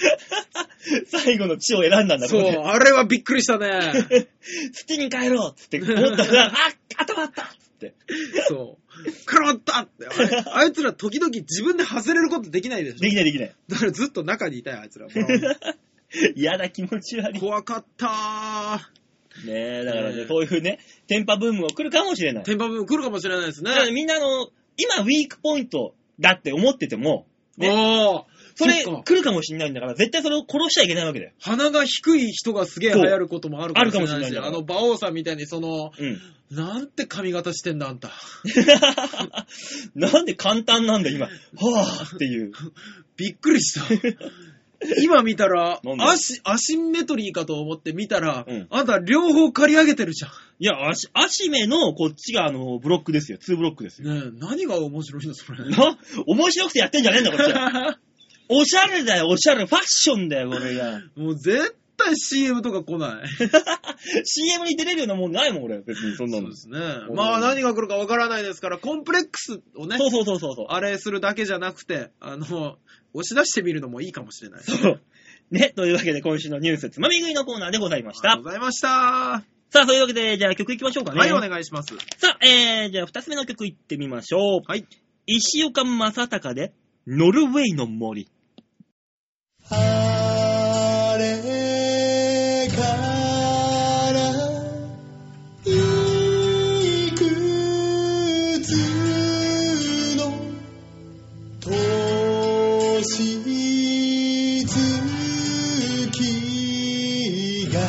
最後の地を選んだんだ、
そう、
これ
あれはびっくりしたね。
土に帰ろうっつって思った *laughs* ら、あ頭あったっつって。
そう。くろったって。あれあいつら時々自分で外れることできないでしょ
できないで *laughs* きない。
だからずっと中にいたよ、あいつら。
嫌だ気持ち悪い。ね
怖かったー。
え、だから
ね
ね、
え
こういうね、テンパブームが来るかもしれない。
テンパブーム来るかもしれないですね
だ。からみんなあの、今ウィークポイントだって思ってても、ね、
おー。
それ
っか
来るかもしれないんだから、絶対それを殺しちゃいけないわけだよ。
鼻が低い人がすげえ流行ることもあるかもしれないで
そ
す
う
よ。
あ
あ
るかもしれないんだから
の、馬王さんみたいにその、
うん。 *laughs*
なんて髪型してんだ、あんた。 *laughs*
なんで簡単なんだ、今。はぁーっていう。 *laughs*
びっくりした。今見たら
なん、だ
アシ、アシンメトリーかと思って見たら、
うん
あんた両方刈り上げてるじゃん。
いや、足、足目のこっちがあの、ブロックですよ。2ブロックですよ。
ねえ、何が面白いのそれ。
な面白くてやってんじゃねえんだ、こっちは。おしゃれだよ、おしゃれ。ファッションだよ、これ
*laughs*
が。
*laughs* もう絶対 CM とか来ない。
CM に出れるようなもんないもん、俺。別に、そんな
そう
の。
で
そ
すね。まあ何が来るかわからないですから、コンプレックスをね、
うそうそうそうそう。
あれするだけじゃなくて、あの、押し出してみるのもいいかもしれない。
そう。 *laughs* ね、というわけで今週のニュースつまみ食いのコーナーでございまし
ありがと
た
う。ございました。は
さあ、というわけで、じゃあ曲いきましょうかね。
い、お願いします。
さあ、えー、じゃあ二つ目の曲いってみましょう。
はい。
石岡正隆で、ノルウェイの森。
あれからいくつの年月が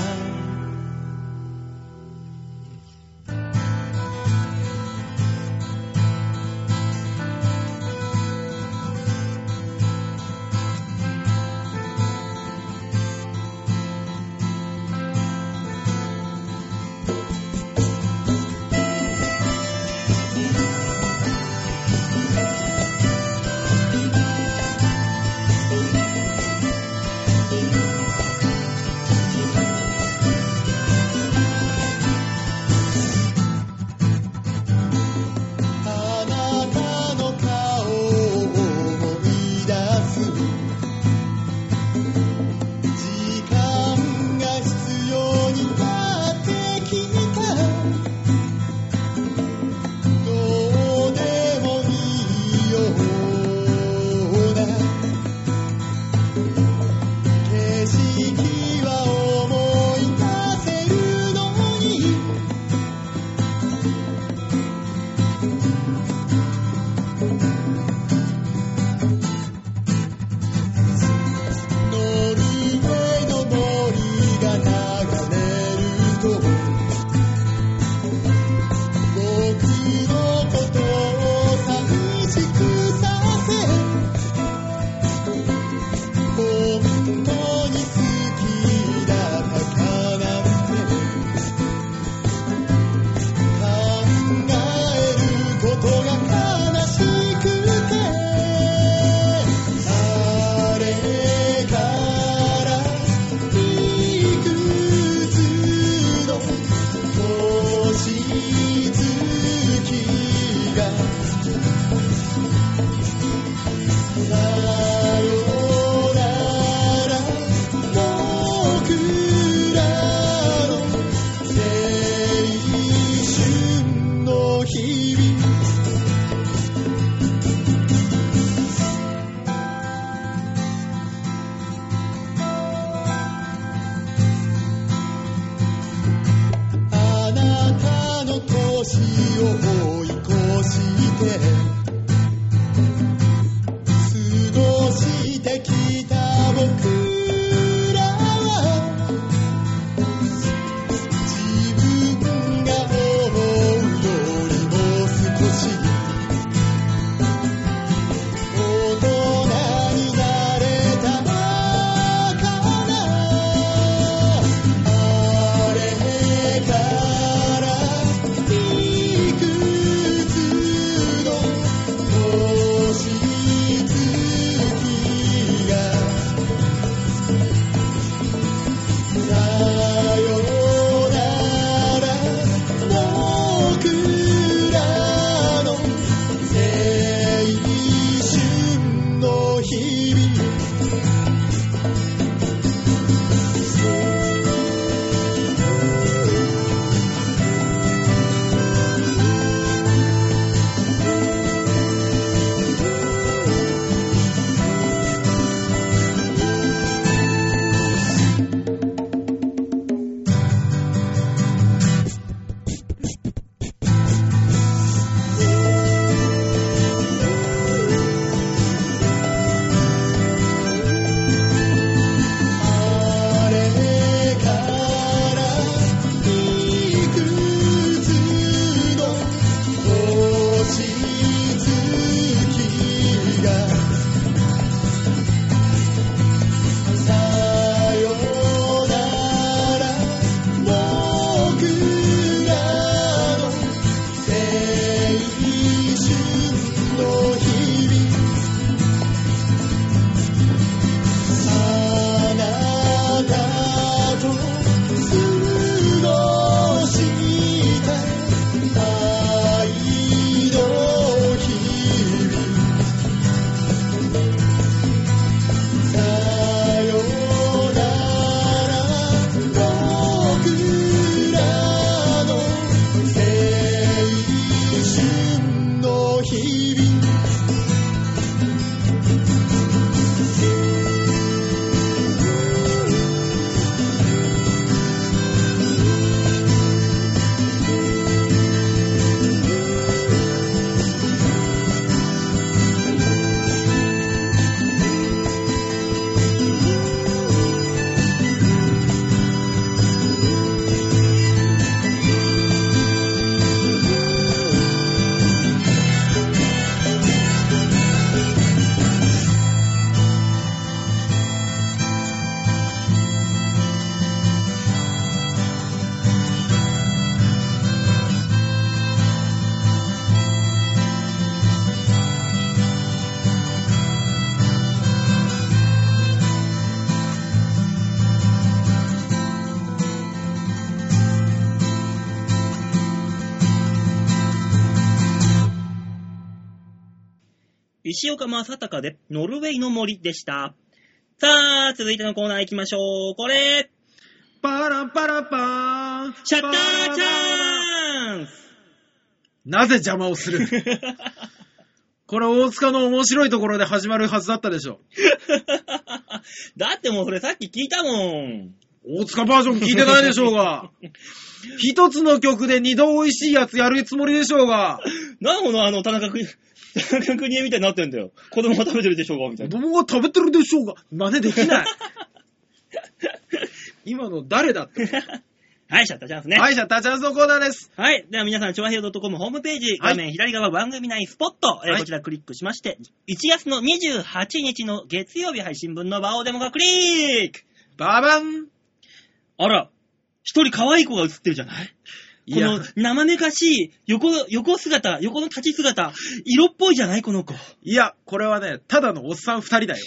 あなたの顔を思い出す時間が必要になってきたどうでもいいような景色は思い出せるのに「ノルウェイの森が流れると」「僕のことを寂しくさせ」「本当に好きだったかなんて」「考えることが悲しくて」「あれからいくつの星月が」「さよなら僕らの青春の日々」あなたの年を追い越して過ごしてきた僕らは自分が思うよりも少し大人になれたかな「あれからいくつの
石岡正隆で、ノルウェイの森でした。さあ、続いてのコーナー行きましょう。これ、
パランパランパーン。
シャッターチ
ン
ャンス
なぜ邪魔を
*laughs*
するこれ大塚の面白いところで始まるはずだったでしょ。
だってもうそれさっき聞いたもん。
大塚バージョン聞いてないでしょう
*laughs*
が。一つの曲で二度美味しいやつやるつもりでしょうが。
なんでこのあの、田中く、田中邦衛みたいになってんだよ。子供が食べてるでしょうかみたいな。
僕が食べてるでしょうが。真似できない。今の誰だって。
*laughs* はい、シャッターチャンスね。
はい、じゃあ、タチャンスのコーナーです。
はい。では皆さん、調和平洋 .com ホームページ、
はい
画面左側番組内スポット、えー
はい
こちらクリックしまして、1月の28日の月曜日配信分のバオデモがクリック
ババン
あら、一人可愛い子が映ってるじゃない
い
こ
や
の生めかしい横、横姿、横の立ち姿、色っぽいじゃないこの子。
いや、これはね、ただのおっさん二人だよ。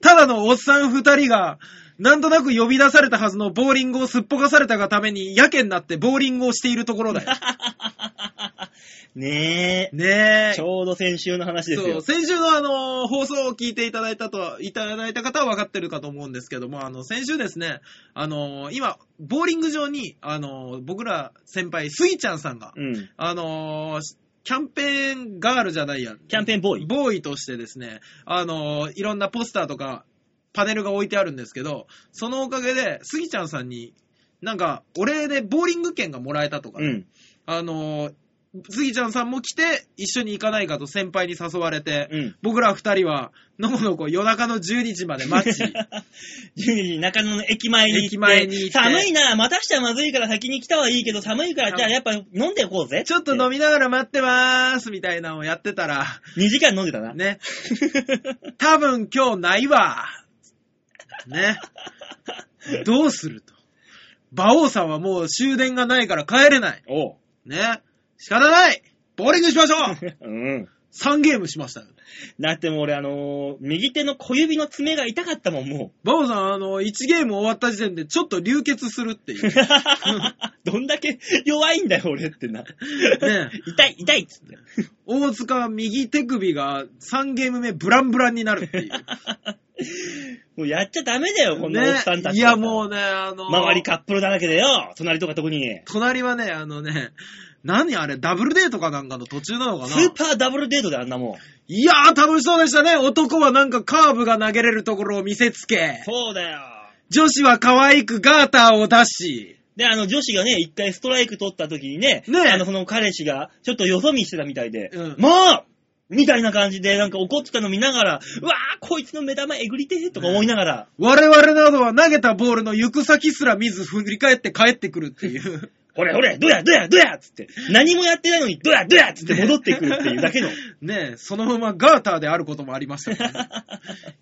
ただのおっさん二人が、なんとなく呼び出されたはずのボーリングをすっぽかされたがために、やけになってボーリングをしているところだよ。
ね
ね
え。 *laughs*
え
ち。ょうど先週の話です
そ
よ
う、。先週のあのー放送を聞いていただいたとは、いただいた方は分かってるかと思うんですけども、あの、先週ですね、あのー今、ボーリング場に、あのー僕ら先輩、スイちゃんさんが、
うん。
あのーキャンペーンガールじゃないや、
キャンペーンボーイ。
ボーイとしてですね、あのーいろんなポスターとか、パネルが置いてあるんですけど、そのおかげで、スギちゃんさんに、なんか、お礼でボーリング券がもらえたとか、
うん。
あのー、スギちゃんさんも来て、一緒に行かないかと先輩に誘われて、
うん。
僕ら二人は、のこのこ夜中の12時まで
*laughs*
待ち、
12時中野の駅前に行って。
駅前に行って
寒いな、待たしちゃまずいから先に来たはいいけど、寒いから、じゃあやっぱ飲んでいこうぜ。
ちょっと飲
み。
みながら待ってまーす、みたいなのをやってたら、
2時間飲んで
*laughs*
たな。
ね、多分今日ないわ。ね。どうすると。馬王さんはもう終電がないから帰れない。
おう。
ね。仕方ないボーリングしましょう
うん。
!3 ゲームしましたよ。
だってもう俺、あのー右手の小指の爪が痛かったもん、
*laughs*
も
馬王さん、あの、1ゲーム終わった時点でちょっと流血するっていう
う。。どんだけ弱いんだよ、俺ってな。
ね
*laughs* 痛い、痛いっつって。
大塚は右手首が3ゲーム目ブランブランになるっていう。
もうやっちゃダメだよ、 *laughs* こんなおっさんたち。
ね、いやもうね、あの、
周りカップルだらけだよ、隣とか特に。
隣はね、あのね、何あれ、ダブルデートかなんかの途中なのかな
スーパーダブルデートであんなもん。
いやー、楽しそうでしたね。男はなんかカーブが投げれるところを見せつけ、
そうだよ。
女子は可愛くガーターを出し、
で、あの、女子がね、一回ストライク取った時にね、
ねえ
あの、その彼氏が、ちょっとよそ見してたみたいで、
うん
もうみたいな感じで、なんか怒ってたの見ながら、うわー、こいつの目玉えぐりてーとか思いながら、
我々などは投げたボールの行く先すら見ず振り返って帰ってくるって
*laughs*
いう。
ほれほれ、どやどやどやっつって、何もやってないのに、どやどやっつって戻ってくるっていうだ
*laughs*
けの。
ねえ、そのままガーターであることもありましたから
*laughs*
ね、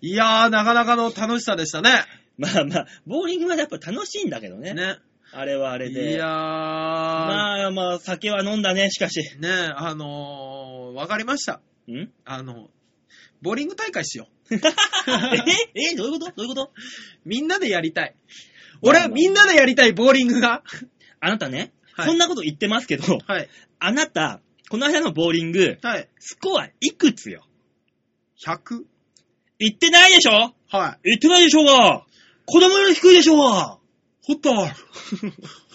いやー、なかなかの楽しさでしたね。
まあまあ、ボーリングはやっぱ楽しいんだけどね。
ね。
あれはあれで。
いやー、
まあまあ、酒は飲んだね、しかし。
ねえ、あのー、わかりました。
ん
*laughs*
え
あの、ボーリング大会しよう。
えどういうことどういうこと
みんなでやりたい。
まあ
俺、
まあ
みんなでやりたい、ボーリングが。
あなたね、
はい
そんなこと言ってますけど、
はい。
あなた、この間のボーリング、
はい。
スコアいくつよ
100?
言ってないでしょ
はい。
言ってないでしょうが子供より低いでしょうが
ホタル。 *laughs*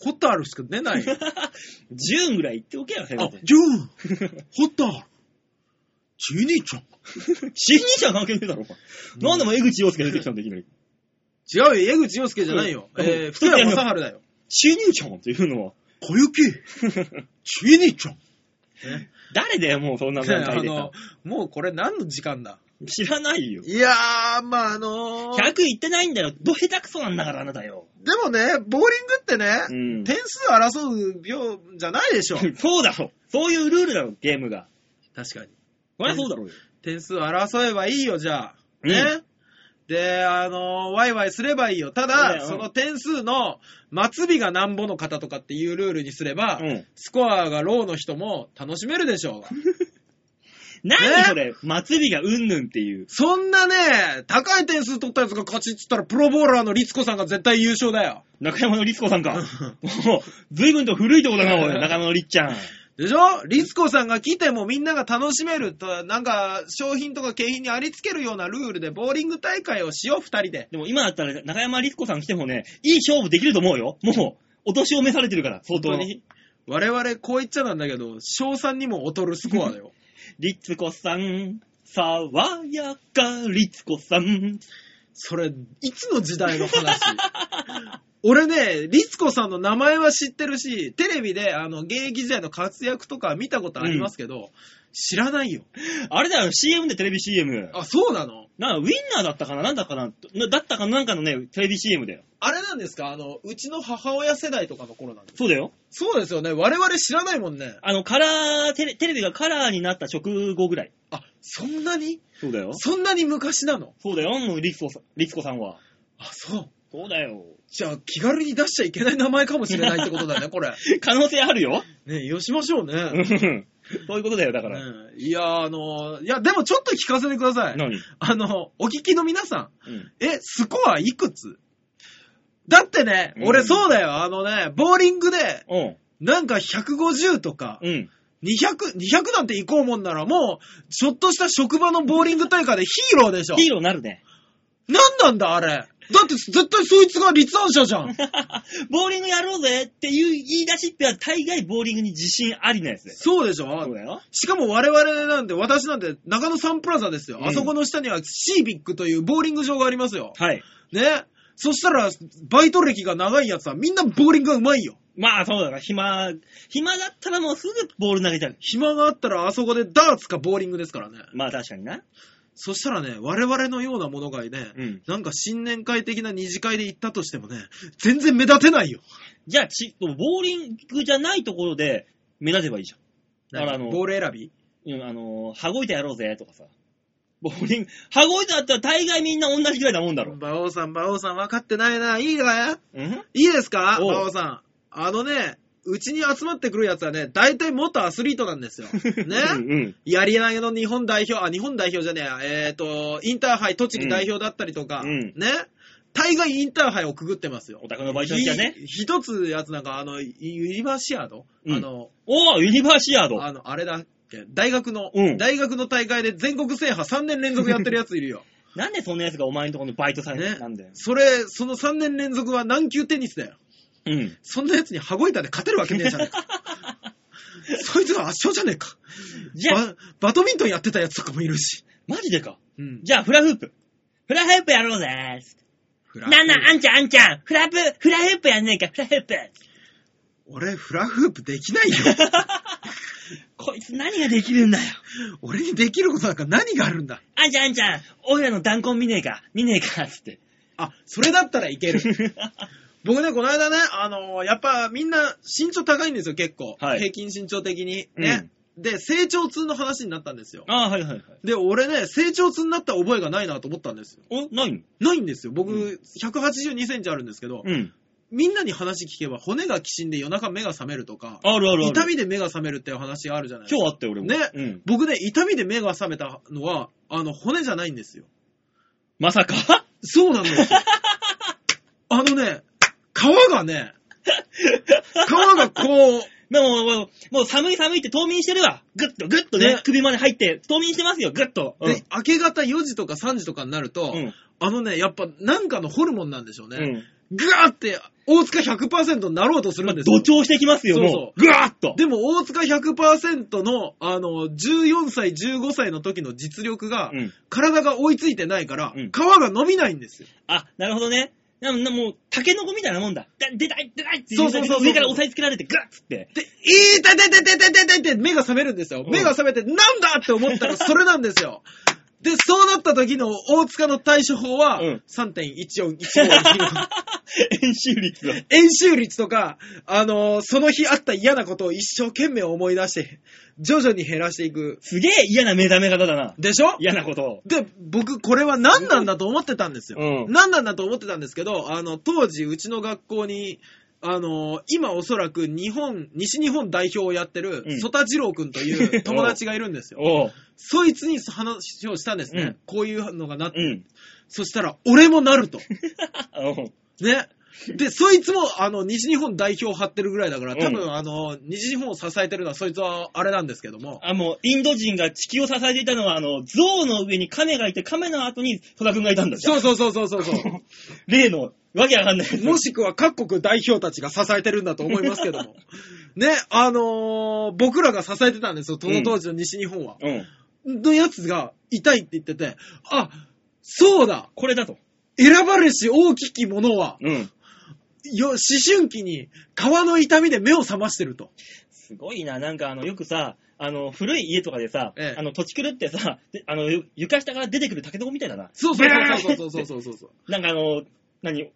ホタルしか
*laughs*
出 *laughs* ないよ。
!10 ぐらい言っておけよ、せめ
あ、
て。
ジューン。ホタル。チーニーちゃん。
新人者は関係ねえだろ、お前。なんでも江口洋介出てきたんだ、いきなり。
違うよ、江口洋介じゃないよ。
うん
えー、福山雅治だよ。
*laughs* 新人者っていうのは。
*laughs*
*laughs*
小雪。チーニーちゃん。
誰だよ、もうそんな段
あ
階 *laughs* でさ
の。、もうこれ何の時間だ
知らないよ。
いやー、まあ、あのー、
100いってないんだよ。ど下手くそなんだから、あなたよ。
でもね、ボーリングってね、
うん。
点数争う秒じゃないで *laughs* しょ。
*laughs* そうだろ。そういうルールだろ、ゲームが。
確かに。
そりゃそうだろうよ。
点数争えばいいよ、じゃあ。ね。
うん
で、あのーワイワイすればいいよ。た
そうだ
だ、
よ
その点数の末尾がなんぼの方とかっていうルールにすれば、
うん。
スコアがローの人も楽しめるでしょう。
何それ、祭りがうんぬんっていう。
そんなね、高い点数取ったやつが勝ちっつったら、プロボーラーの律子さんが絶対優勝だよ。
*laughs* 中山のりつこさんか。もう、随分と古いとこだな、おい、中山のりっちゃん。
でしょリツコさんが来てもみんなが楽しめると、なんか商品とか景品にありつけるようなルールでボーリング大会をしよう、二人で。
でも今だったら中山律子さん来てもね、いい勝負できると思うよ。もう、お年を召されてるから、相当に。
我々こう言っちゃなんだけど、賞賛にも劣るスコアだよ。
律子さん、爽やか律子さん。
それ、いつの時代の話 *laughs* 俺ね、律子さんの名前は知ってるし、テレビで、あの、現役時代の活躍とか見たことありますけど、知らないよ。
あれだよ、CM でテレビ CM。
あ、そうなの
なウィンナーだったかななんだかななだったかななんかのね、テレビ CM だよ。
あれなんですかあの、うちの母親世代とかの頃なんです
そうだよ。
そうですよね。我々知らないもんね。
あの、カラーテレ、テレビがカラーになった直後ぐらい。
あ、そんなに
そうだよ。
そんなに昔なの
そうだよ、もう律子さん、律子さんは。
あ、そう。
そうだよ。
じゃあ、気軽に出しちゃいけない名前かもしれないってことだ *laughs* ね、これ。
可能性あるよ。
ねよしましょうね。
うんそういうことだよ、だから。
ねいやー、あのーいや、でもちょっと聞かせてください。
何、
あの、お聞きの皆さ
うん
ん、え、スコアいくつだってね、
うん
俺そうだよ、あのね、ボーリングで、
うん。
なんか150とか、
うん。
200、200なんて行こうもんなら、もう、ちょっとした職場のボーリング大会でヒーローでしょ。
ヒーローになるね。
なんなんだ、あれ。だって絶対そいつが立案者じゃ
*laughs*
ん。
ボーリングやろうぜっていう言い出しっぺは大概ボーリングに自信ありなやつだよ。
そうでし
そう
ょ
だよ。
しかも我々なんて、私なんて中野サンプラザです
う
よ。
ん
あそこの下にはシービックというボーリング場がありますよ。
はい。
ね。そしたら、バイト歴が長いやつはみんなボーリングがうまいよ。
まあそうだな、暇、暇だったらもうすぐボール投げちゃう。
暇があったらあそこでダーツかボーリングですからね。
まあ確かにな。
そしたらね、我々のようなものがね、
うん
なんか新年会的な二次会で行ったとしてもね、全然目立てないよ。
じゃあち、ボーリングじゃないところで目立てばいいじだからあの
ボール選び
ゃん。うん、あのー、羽子板やろうぜとかさ。ボーリング、羽子板だったら大概みんな同じぐらいなもんだろ。
馬王さん、馬王さん分かってないな。いいかい
うん
いいですか
おう
馬王さん。あのね、うちに集まってくるやつはね、大体元アスリートな
*laughs*
んですよ。
う
ね
んうん。
やり投げの日本代表、あ、日本代表じゃねえや、えっ、と、インターハイ栃木代表だったりとか、
うんうん
ね。大概インターハイをくぐってますよ
お。宅のバイト先はね。
ひ一つやつなんか、あの、ユニバーシアード、
うん
あの、
おーユニバーシアード。
あの、あれだっけ大学の、
うん
大学の大会で全国制覇3年連続やってるやついるよ。
なんでそんな奴がお前のところのバイト先
ね
なんだよ。。
それ、その3年連続は軟球テニスだよ。
うん。
そんなやつに羽子板で勝てるわけねえじゃね
*laughs*
えか。そいつが圧勝じゃねえか。
じゃあ、
ババドミントンやってたやつとかもいるし。
マジでか。
うん。
じゃあ、フラフープ。フラフープやろうぜーっつって
フ
なんなん、あんちゃん、あんちゃん。フラプ、フラフープやんねえか、フラフ *laughs* ープ。
俺、フラフープできないよ。
こいつ何ができるんだよ。
俺にできることなんか何があるんだ。
あんちゃん、あんちゃん。おいらの弾痕見ねえか、見ねえか、つって。
あ、それだったらいける。僕ね、この間ね、あのーやっぱみんな身長高いんですよ、結構。
はい
平均身長的に。ね。で、成長痛の話になったんですよ。
*laughs* ああ、はいはいはい。
で、俺ね、成長痛になった覚えがないなと思ったんですよ。
お、ないの
ないんですよ。僕、
う
182センチあるんですけど、
うん。
みんなに話聞けば骨がきしんで夜中目が覚めるとか、
あるあるある。
痛みで目が覚めるっていう話があるじゃないです
今
か。
日あったよ、俺も。
ね
うん。
僕ね、痛みで目が覚めたのは、あの、骨じゃないんですよ。
まさか
そうなんですよ。 *laughs* あのね、皮がね、皮がこう、
*laughs* でも、もう、もう寒い寒いって冬眠してるわ。ぐっとぐっとね、
ね
首まで入って、冬眠してますよ、ぐっと。うん
で、明け方4時とか3時とかになると、
うん
あのね、やっぱなんかのホルモンなんでしょう
う
ね。
ん。
ぐわーって、大塚100%になろうとするんですよ。
土調してきますよ、
そうそう
もう。ぐわーっと。
でも、大塚100%の、あの、14歳、15歳の時の実力が、
うん
体が追いついてないから、
うん
皮が伸びないんですよ。
あ、なるほどね。ななもう、タケノコみたいなもんだ。だ出たい出たいって言
そううそうそうそう
上から押さえつけられて、ガッつっ
*laughs*
て。
で、いーたててててててて目が覚めるんですよ。
うん
目が覚めて、なんだって思ったら、それなんですよ。で、そうなった時の大塚の対処法は、
うん
3.1415。
演習率だ。
*laughs* 演習率とか、あのーその日あった嫌なことを一生懸命思い出して、徐々に減らしていく。
すげえ嫌な目覚め方だな。
でしょ
嫌なことを。
で、僕、これは何なんだと思ってたんですよ。
うん
何なんだと思ってたんですけど、あの、当時、うちの学校に、あの、今おそらく日本、西日本代表をやって
う
る、
ん
曽田二郎くんと
*laughs*
いう友達がいるんですよ。
おう。
そいつに話をしたんですね。
うん
こういうのがなって、
うん。
そしたら、俺もなると。
おう
ね。で、そいつも、あの、西日本代表を張ってるぐらいだから、多分、
う
あの、西日本を支えてるのは、そいつは、あれなんですけども。
あ、もう、インド人が地球を支えていたのは、あの、象の上に亀がいて、亀の後に戸田くんがいたんだじゃん。
そうそうそうそうそうそう。
*laughs* 例の、わけわかんないやつ。
もしくは各国代表たちが支えてるんだと思いますけど
*laughs*
も。ね、あのー僕らが支えてたんですよ、その当時の西日本は。
うん。
のやつが、痛いって言ってて、あ、そうだ
これだと。
選ばれし大ききものは、
うん。
よ、思春期に川の痛みで目を覚ましてると。
すごいな、なんかあの、よくさ、あの、古い家とかでさ、
ええ
あの、土地狂ってさ、であの、ゆ床下から出てくる竹の子みたいだな。
そうそうそうそうそうそうそうそう。
なんかあの、何、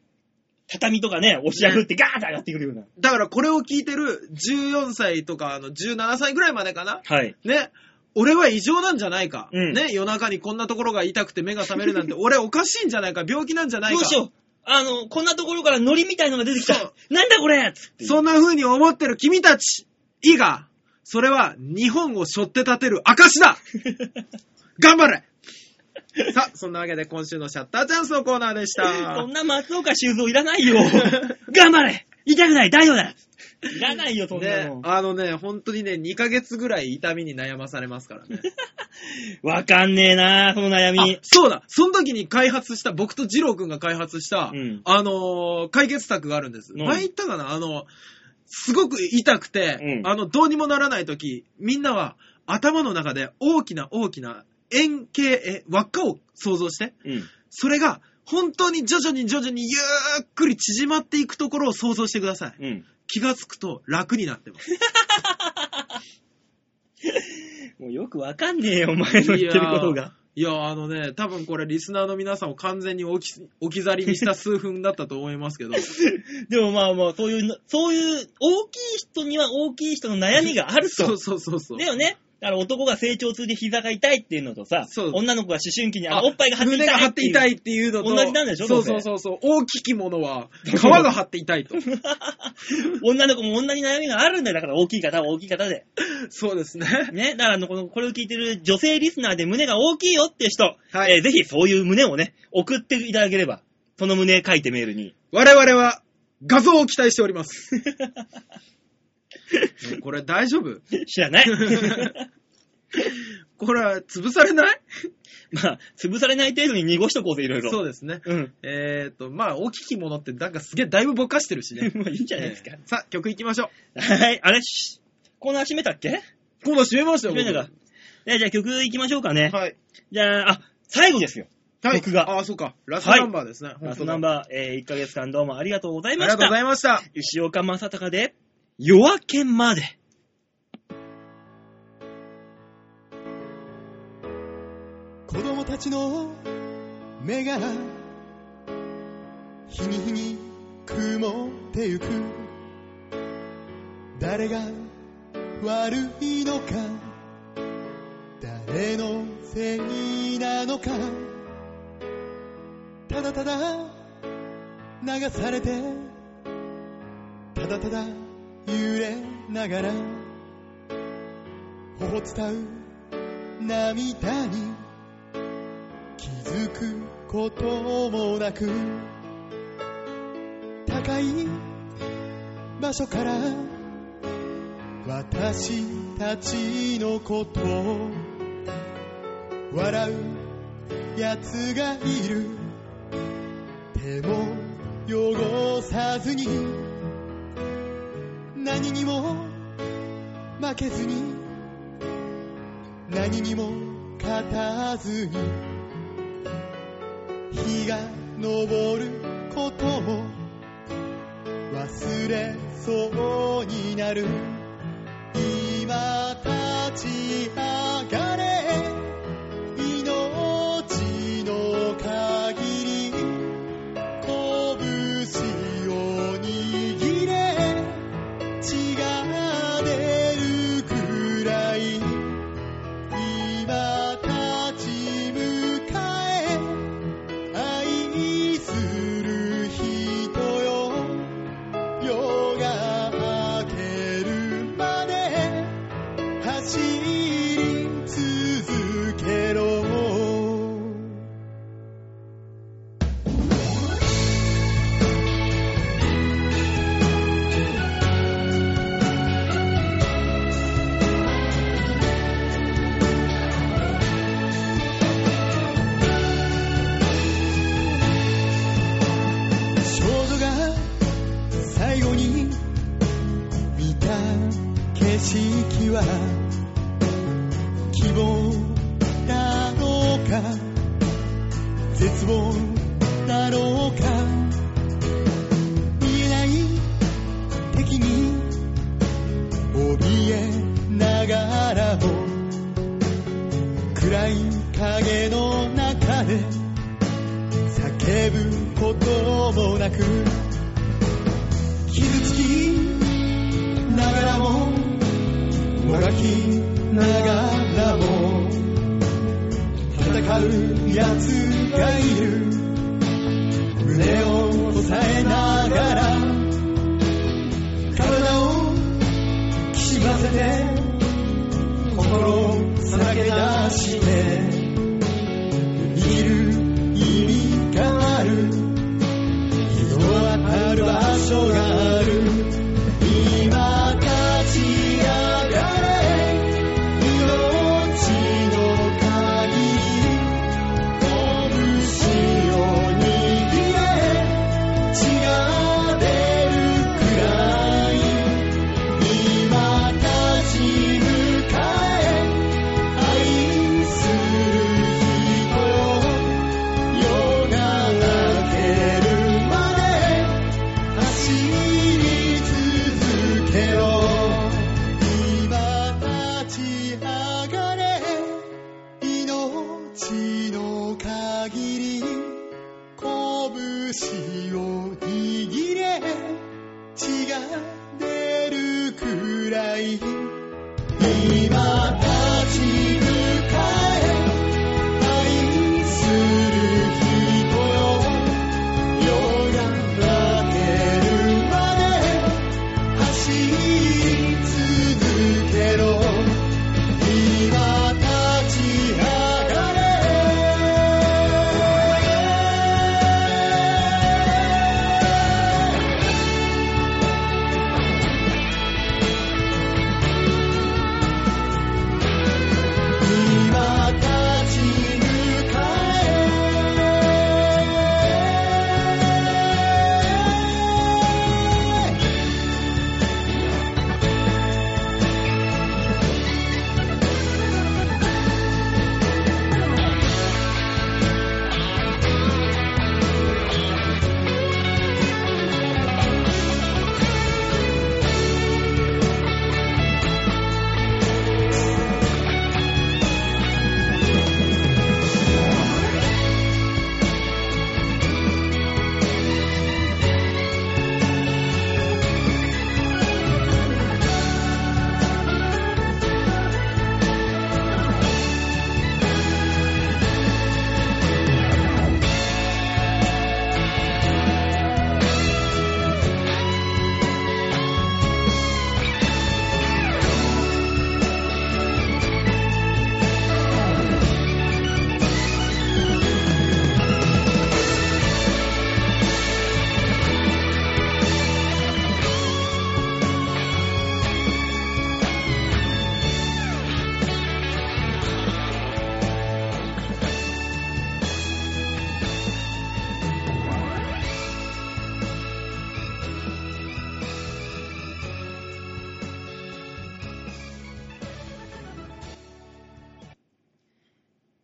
畳とかね、押し破ってガーッと上がってくるような。
だからこれを聞いてる14歳とかあの17歳ぐらいまでかな。
はい。
ね。俺は異常なんじゃないか。
うん
ね。夜中にこんなところが痛くて目が覚め
*laughs*
るなんて、俺おかしいんじゃないか。病気なんじゃない
ど
か。
うしよう。あの、こんなところから糊みたいのが出てきた
そう。
なんだこれつって。
そんな風に思ってる君たち、いいが、それは日本を背負って立てる証だ頑張
*laughs*
れさあ、そんなわけで今週のシャッターチャンスのコーナーでした。
*laughs* そんな松岡修造いらないよ。頑張れ痛くない大丈夫だいらないよ、そんな
ね
の、。
あのね、本当にね、2ヶ月ぐらい痛みに悩まされますからね。
わかんねえな、その悩
あ
み、。
そうだその時に開発した、僕と二郎くんが開発した、
うん
あのー解決策があるんです。
何
前言ったかなあの、すごく痛くて、
うん
あの、どうにもならない時、みんなは頭の中で大きな大きな円形、え、輪っかを想像して、
うん。
それが本当に徐々に徐々にゆっくり縮まっていくところを想像してください。
うん。
気がつくと楽になってます。
もうよくわかんねえよ、お前の言ってることが。
いやーあのね、多分これリスナーの皆さんを完全に置き置き去りにした数分だったと思いますけど、
*laughs* でもまあまあ、そういうの、そういう、大きい人には大きい人の悩みがあると。
そうそうそうそう
だ。よね。だから男が成長痛で膝が痛いっていうのとさ
そう、
女の子が思春期にあ
あ
のおっぱいが張って痛い
胸が張って痛
い
いっていうのと、
同じなんでしょ
そうそうそうそう。大ききも
*laughs*
のは、皮が張って痛いと。
う。女の子も女に悩みがあるんだよ。だから大きい方は大きい方で。
そうですね。
ね。だからあのこの、これを聞いてる女性リスナーで胸が大きいよっていう人、
はい
えーぜひそういう胸をね、送っていただければ、その胸書いてメールに。 *laughs*
我々は、画像を期待しております。ねこれ大丈夫
知ら
*laughs*
ない。
これは潰されない
まあ、潰されない程度に濁しとこうぜ、いろいろ。
そう
う。
ですね。
うん。
えっ、と、まあ、大ききものってなんかすげえだいぶぼかしてる
*laughs*
しね。
もういいんじゃないですか。
えーさあ、曲いきましょ
はい、あれ、しコーナー閉めたっけ
う。今度閉めました
閉
よ、
めたか。えじゃあ曲行きましょうかね。
僕はい。
じゃあ、あ、最後ですよ。
はい、
僕が
ああ、そうか。ラストナンバーですね。
ラストナン
ー。
バー、えー、1ヶ月間どうもありがとうござ
あ
い
り
ま
がと
し
うござ
た。
いました。
吉岡正隆で、夜明けまで。
子供たちの目が日に日に曇ってゆく誰が悪いのか誰のせいなのかただただ流されてただただ揺れながら頬伝う涙に気づくこともなく高い場所から私たちのことを笑う奴がいる手も汚さずに何にも負けずに何にも勝たずに日が昇ることを忘れそうになる今立ち上がれ命の限り拳を握れ血が出るくらい今立ち向かえ愛する人よ夜が明けるまで走り色は希望だろうか絶望だろうか見えない敵に怯えながらも暗い影の中で叫ぶこともなく傷つきながらももがきながらも戦う奴がいる胸を押さえながら体をきしませて心をさらけ出している意味がある人はある場所がある今立ち上がれ命の鍵拳を握れ血が出るくらい今立ち向かえ愛する人夜が明けるまで走り続けよう今立ち上がれ命の限り拳を握れ血が出るくらい今立ち向かえ愛する人よ夜が明けるまで走り続けろ今立ち上がれ今立ち向かえ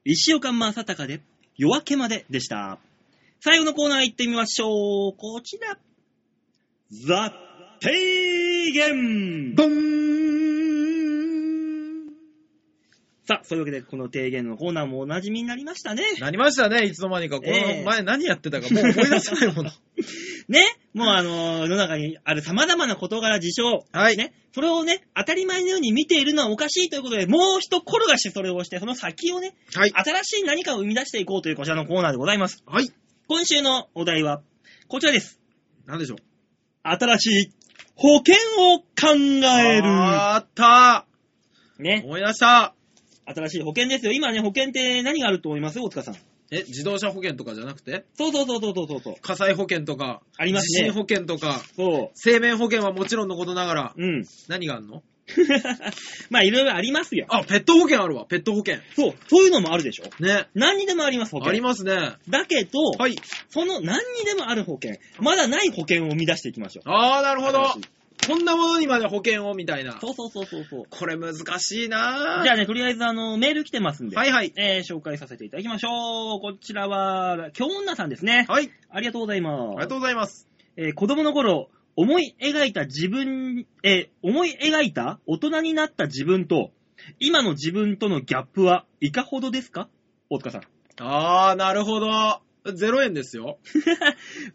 石岡正隆で、夜明けまででした。最後のコーナー行ってみましょう。こちら。ザ・提言
ドン
さあ、そういうわけで、この提言のコーナーもお馴染みになりましたね。
なりましたね、いつの間にか。こ
ええ
の前何やってたかもう思い出せないも
*laughs*
の。
ね、もうあのー世の中にある様々な事柄、事象。
はい
ね、それをね、当たり前のように見ているのはおかしいということで、もう一転がしてそれをして、その先をね、
はい。
新しい何かを生み出していこうというこちらのコーナーでございます。
はい。
今週のお題は、こちらです。
なんでしょう。
新しい保険を考える。
あった
ね。
思い出した
新しい保険ですよ。今ね、保険って何があると思います大塚さん。
え、自動車保険とかじゃなくて
そうそうそうそうそうそうそう。
火災保険とか、
ありますね
地震保険とか、
そ
生命保険はもちろんのことながら、
う。うん。 *laughs*
何があるの
まあ、いろいろありますよ。
あ、ペット保険あるわ、ペット保険。
そう。そういうのもあるでしょ
ね。
何にでもあります、保険。
ありますね。
だけど、
はい。
その何にでもある保険、まだない保険を生み出していきましょう。
あー、なるほど。
新しい
こんなものにまで保険をみたいな。
そうそうそうそうそう。
これ難しいなぁ
じゃあね、とりあえずあの、メール来てますんで。
はいはい。
えー紹介させていただきましょう。こちらは、京女さんですね。
はい。
ありがとうございます。
ありがとうございます。
えー子供の頃、思い描いた自分、えー思い描いた大人になった自分と、今の自分とのギャップはいかほどですか大塚さん。
あー、なるほど。0円ですよ。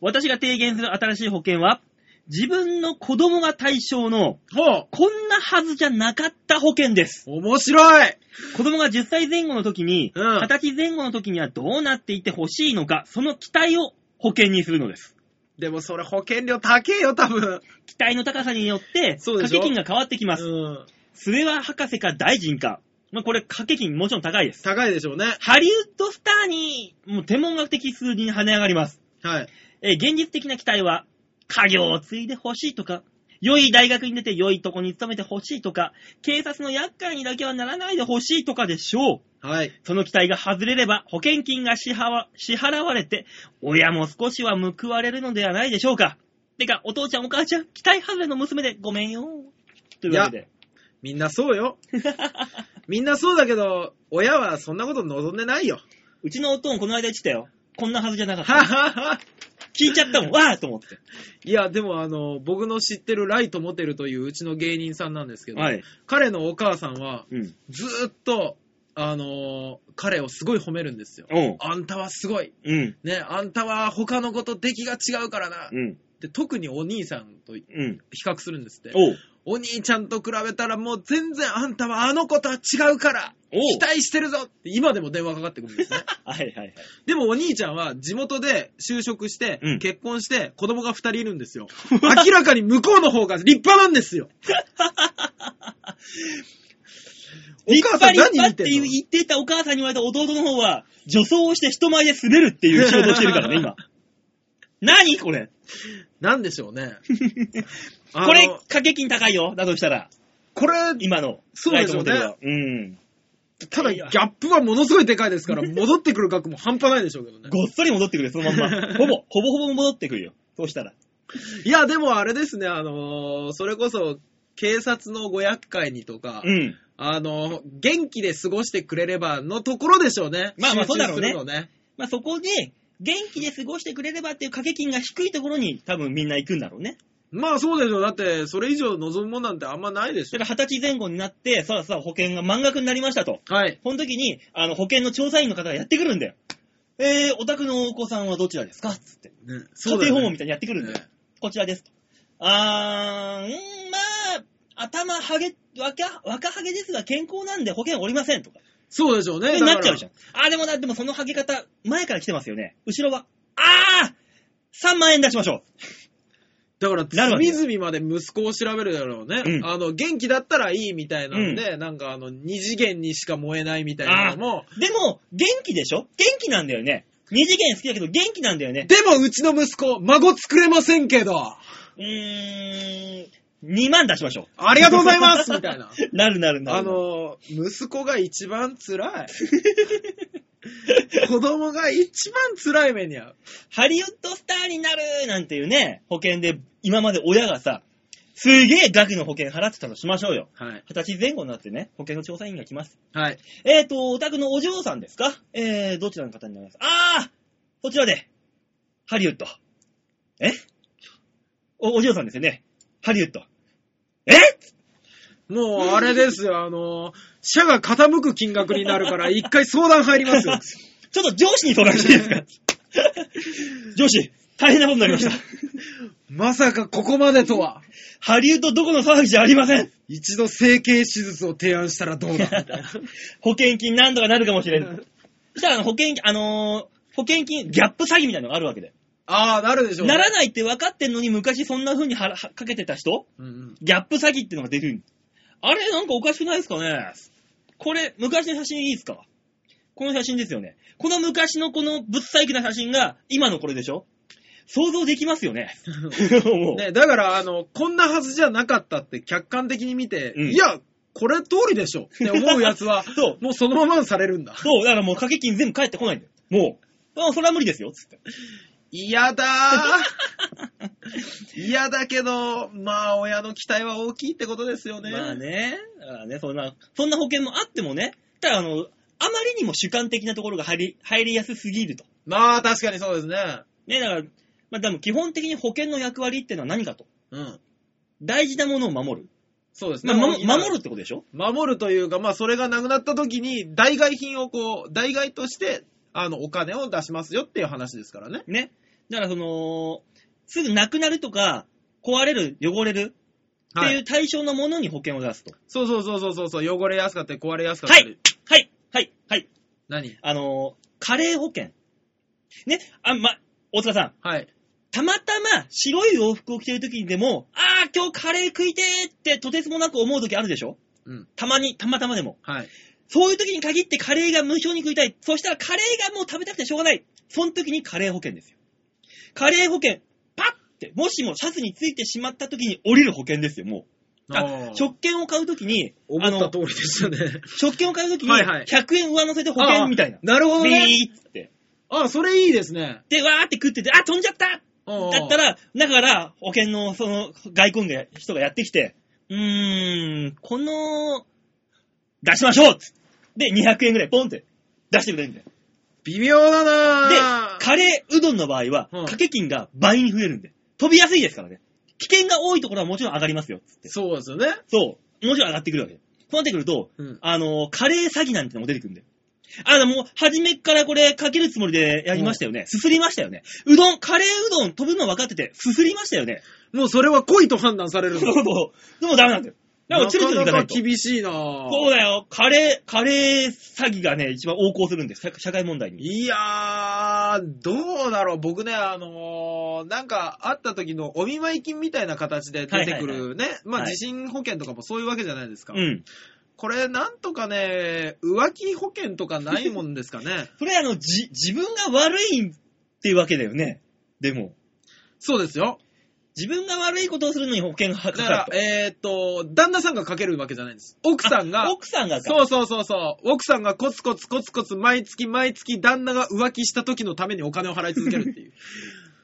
私が提言する新しい保険は、自分の子供が対象の、
ほう。
こんなはずじゃなかった保険です。
面白い
子供が10歳前後の時に、
うん
20歳前後の時にはどうなっていてほしいのか、その期待を保険にするのです。
でもそれ保険料高えよ、多分。
期待の高さによって、
そうで
掛
しょ
け金が変わってきます。
うん。
末は博士か大臣か。まあ、これ掛け金もちろん高いです。
高いでしょうね。
ハリウッドスターに、もう天文学的数字に跳ね上がります。
はい。
えー現実的な期待は、家業を継いでほしいとか、良い大学に出て良いとこに勤めてほしいとか、警察の厄介にだけはならないでほしいとかでしょう。
はい。
その期待が外れれば保険金が支払わ支払われて、親も少しは報われるのではないでしょうか。てか、お父ちゃんお母ちゃん、期待外れの娘でごめんよ。というわけで。
みんなそう
*laughs*
よ。みんなそうだけど、親はそんなこと望んでないよ。 *laughs*
うちのおとんこの間言ってたよ。こんなはずじゃなかっ
はは
た。
は。
聞いちゃったもん。わーと思って。
いや、でもあの、僕の知ってるライトモテルといううちの芸人さんなんですけど、
はい。
彼のお母さんは、
うん。
ずーっと、あのー彼をすごい褒めるんですよ。
おう。
あんたはすごい。
うん。
ね、あんたは他の子と出来が違うからな。
うん。
で特にお兄さんと比
うん。
較するんですって。
おう。
お兄ちゃんと比べたらもう全然あんたはあの子とは違うから
おう
期待してるぞって今でも電話かかってくるんで
*laughs*
すね。
はいはいはい。
でもお兄ちゃんは地元で就職して
うん、
結婚して子供が2人いるん
*laughs*
ですよ。明らかに向こうの方が立派なんですよ。お母さん
立派
何見
って
てんの
言ってたお母さんに言われた弟の方は、女装をして人前で滑るっていう仕事をしてるからね、今。何これ
なんでしょうね。あ
*laughs*
の
これ、掛け金高いよ。だとしたら、
これ、
今の。
そうですよね
ライトモデルは
ただギャップはものすごいでかいですか
*laughs*
ら、戻ってくる額も半端ないでしょうけど
うん。
ね。
ごっそり戻ってくるよ、そのまん *laughs* ま。ほぼ、ほぼほぼ戻ってくるよ。そうしたら。
いや、でもあれですね、あのーそれこそ、警察のご厄介にとか、
うん。
あのー元気で過ごしてくれればのところでしょうね。
まあまあ
集中
そうだろうね
するのね。
まあ、そこで、元気で過ごしてくれればっていう掛け金が低いところに多分みんな行くんだろうね。
まあそうでしょう。だって、それ以上望むもんなんてあんまないでし
そ
ょ
れ。から二十歳前後になって、さあさあ保険が満額になりましたと。
はい。
この時に、あの、保険の調査員の方がやってくるんだよ。えー、お宅のお子さんはどちらですかつって。
ね、
家
だ
庭
よ
訪
ね
問みたいにやってくるんだよ。
ね
こちらですと。あー、んーまあ、頭はげ、若、若はげですが健康なんで保険おりませんとか。
そうでしょうね。
なっちゃうじゃ
ゃ
ん。あー、でもな、でもそのはげ方、前から来てますよね。後ろは、あー !3 万円出しましょ
だから、
なるわけ
隅々まで息子を調べるだろうね。
うん
あの、元気だったらいいみたいなんで、なんかあの、二次元にしか燃えないみたいなのも、
うでも、元気でしょ元気なんだよね。二次元好きだけど元気なんだよね。
でもうちの息子、孫作れませんけど、
うーん、2万出しましょう。
ありがとうございますみたいな。
*laughs* なるなるなる。
あ、の、息子が一番 *laughs* 辛い。子供が一番辛い目に遭う。
ハリウッドスターになるなんていうね、保険で、今まで親がさ、すげえ額の保険払ってたとしましょうよ。
はい。
二十歳前後になってね、保険の調査員が来ます。
はい。
えーと、お宅のお嬢さんですかえー、どちらの方になりますあーそちらで、ハリウッド。えお、お嬢さんですよね。ハリウッド。え
もう、あれです *laughs* よ、あの、社が傾く金額になるから、一回相談入り *laughs* ますよ。
ちょっと上司に相談していいですか上司、大変なことになりました。
まさかここまでとは。
ハリウッドどこの騒ぎじゃありません。
*laughs* 一度整形手術を提案したらどうだみたいな
保険金何とかなるかもしれん。そしたらあの保険金、あのー保険金ギャップ詐欺みたいなのがあるわけで。
*laughs* ああ、なるでしょうね、
ならないって分かってんのに昔そんな風にはらはかけてた人
うんうん
ギャップ詐欺ってのが出てくる。あれなんかおかしくないですかねこれ、昔の写真いいですかこの写真ですよね。この昔のこのぶっ細工な写真が今のこれでしょ想像できますよ *laughs* ね。もう
ね、だから、あの、こんなはずじゃなかったって客観的に見て、
うん、
いや、これ通りでしょって思うやつは
そう
もう *laughs* そのままにされるんだ。
そう、だからもう掛け金全部返ってこないんだよ。もう。あそれは無理ですよ、つって。
嫌だー嫌だけど、まあ親の期待は大きいってことですよね。
まあね、まあねそんな、そんな保険もあってもね、ただあの、あまりにも主観的なところが入り、入りやすすぎると。
まあ確かにそうですね。
ね、だから、まあでも基本的に保険の役割っていうのは何かと。
うん。
大事なものを守る。
そうです
ま
ね。
あ、守
今
守るってことでしょ
守るというか、まあ、それがなくなった時に、代替品をこう、代替として、あの、お金を出しますよっていう話ですからね。
ね。だからその、すぐなくなるとか、壊れる、汚れるって
はい
いう対象のものに保険を出すと。
そうそうそうそうそうそう、汚れやすかったり壊れやすかった
は
り。
い、はい、はい、はい。
何
あのー、加齢保険。ね、あ、ま、大塚さん、
はい。
たまたま白い洋服を着てる時にでも、あー今日カレー食いてーってとてつもなく思う時あるでしょ
うん。
たまに、たまたまでも。
はい。
そういう時に限ってカレーが無償に食いたい。そしたらカレーがもう食べたくてしょうがない。その時にカレー保険ですよ。カレー保険、パッて、もしもシャツについてしまった時に降りる保険ですよ、もう。あ
あー
食券を買う時に、
思
あ
った
の、
通りですよね。
食券を買う時に、
はいはい
100円上乗せて保険みたいな
あ。なるほどね。
ビーッつって。
あ、それいいですね。
で、わーって食ってて、あ、飛んじゃっただった
ら、
ら、中から保険のその外交の人がやってきて、うーん、この、出しましょうっつで、200円ぐらいポンって出してくれるんだよ。
微妙だ
で
な、ぁ。
カレーうどんの場合は、
うん
掛け金が倍に増えるんで、飛びやすいですからね。危険が多いところはもちろん上がりますよ、つって。
そうですよね。
そう。もちろん上がってくるわけ。そうなってくると、
うん
あの、カレー詐欺なんてのも出てくるんだよ。あの、もう、初めっからこれかけるつもりでやりましたよね。すすりましたよね。うどん、カレーうどん飛ぶの分かってて、すすりましたよね。
もうそれは恋と判断される *laughs*
そうそう。でもダメなんだよ。だから、チュルチュルいか
な
な
かないか
と。
厳しいなぁ
そうだよ。カレー、カレー詐欺がね、一番横行するんです。社社会問題に。
いやー、どうだろう。僕ね、あのーなんか、会った時のお見舞い金みたいな形で出てくるね。まあ、
はい
地震保険とかもそういうわけじゃないですか。
うん。
これ、なんとかね、浮気保険とかないもんですかね。
それ、あの、じ、自分が悪いっていうわけだよね。でも、
*laughs* そうですよ。
自分が悪いことをするのに保険がか
だ
か
か
ると
ら、。えーっと、旦那さんがかけるわけじゃないんです。奥さんが
あ、奥さんがか
そうそうそうそう。奥さんがコツコツコツコツ毎月毎月旦那が浮気した時のためにお金を払い続けるっていう。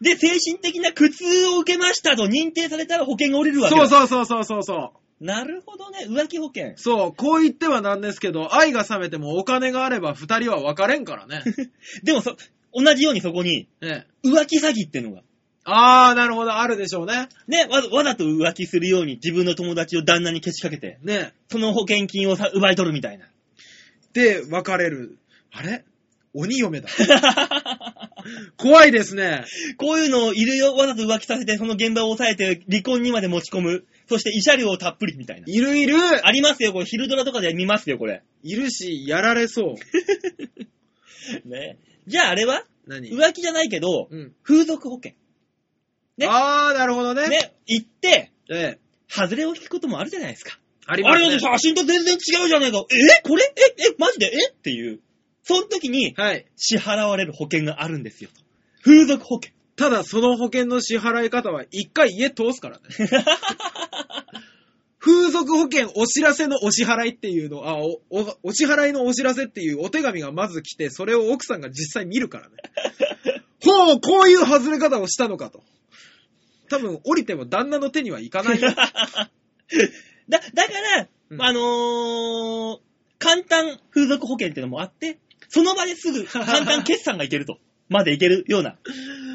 で、精神的な苦痛を受けましたと認定されたら保険が降りるわけ
*laughs* そ
だ。
うそうそうそうそうそう。
なるほどね。浮気保険。
そう、こう言ってはなんですけど、愛が冷めてもお金があれば二人は別れんから *laughs* ね。
でもそ、同じようにそこに、
ね
浮気詐欺ってのが。
あー、なるほど、あるでしょうね。
ね、わわざと浮気するように自分の友達を旦那にけしかけて、
ね
その保険金をさ奪い取るみたいな。 *laughs*
で、別れる。あれ鬼嫁だ。 *laughs* 怖いですね。
こういうのをいるよ、わざと浮気させて、その現場を抑えて、離婚にまで持ち込む。そして、慰謝料をたっぷりみたいな。
いるいる
ありますよ、これ、昼ドラとかで見ますよ、これ。
いるし、やられそう。
ね。じゃあ、あれは
何
浮気じゃないけど、
うん。
風俗保険。ね
あー、なるほどね。
ね、行って、
ええ。
外れを引くこともあるじゃないですか。
あ
あ
ります、ね。
れだって写真と全然違うじゃねえか。えこれええマジでえっていう。その時に
はい。
支払われる保険があるんですよ。風俗保険。
ただ、その保険の支払い方は一回家通すか
*laughs*
らね。風俗保険お知らせのお支払いっていうの、あ、お、お、お支払いのお知らせっていうお手紙がまず来て、それを奥さんが実際見るか
*laughs*
らね。ほう、こういう外れ方をしたのかと。多分、降りても旦那の手にはい
*laughs*
かないよ。
だ、だから、
うん
あのー簡単風俗保険っていうのもあって、その場ですぐ簡単決算がいけると。までいけるような。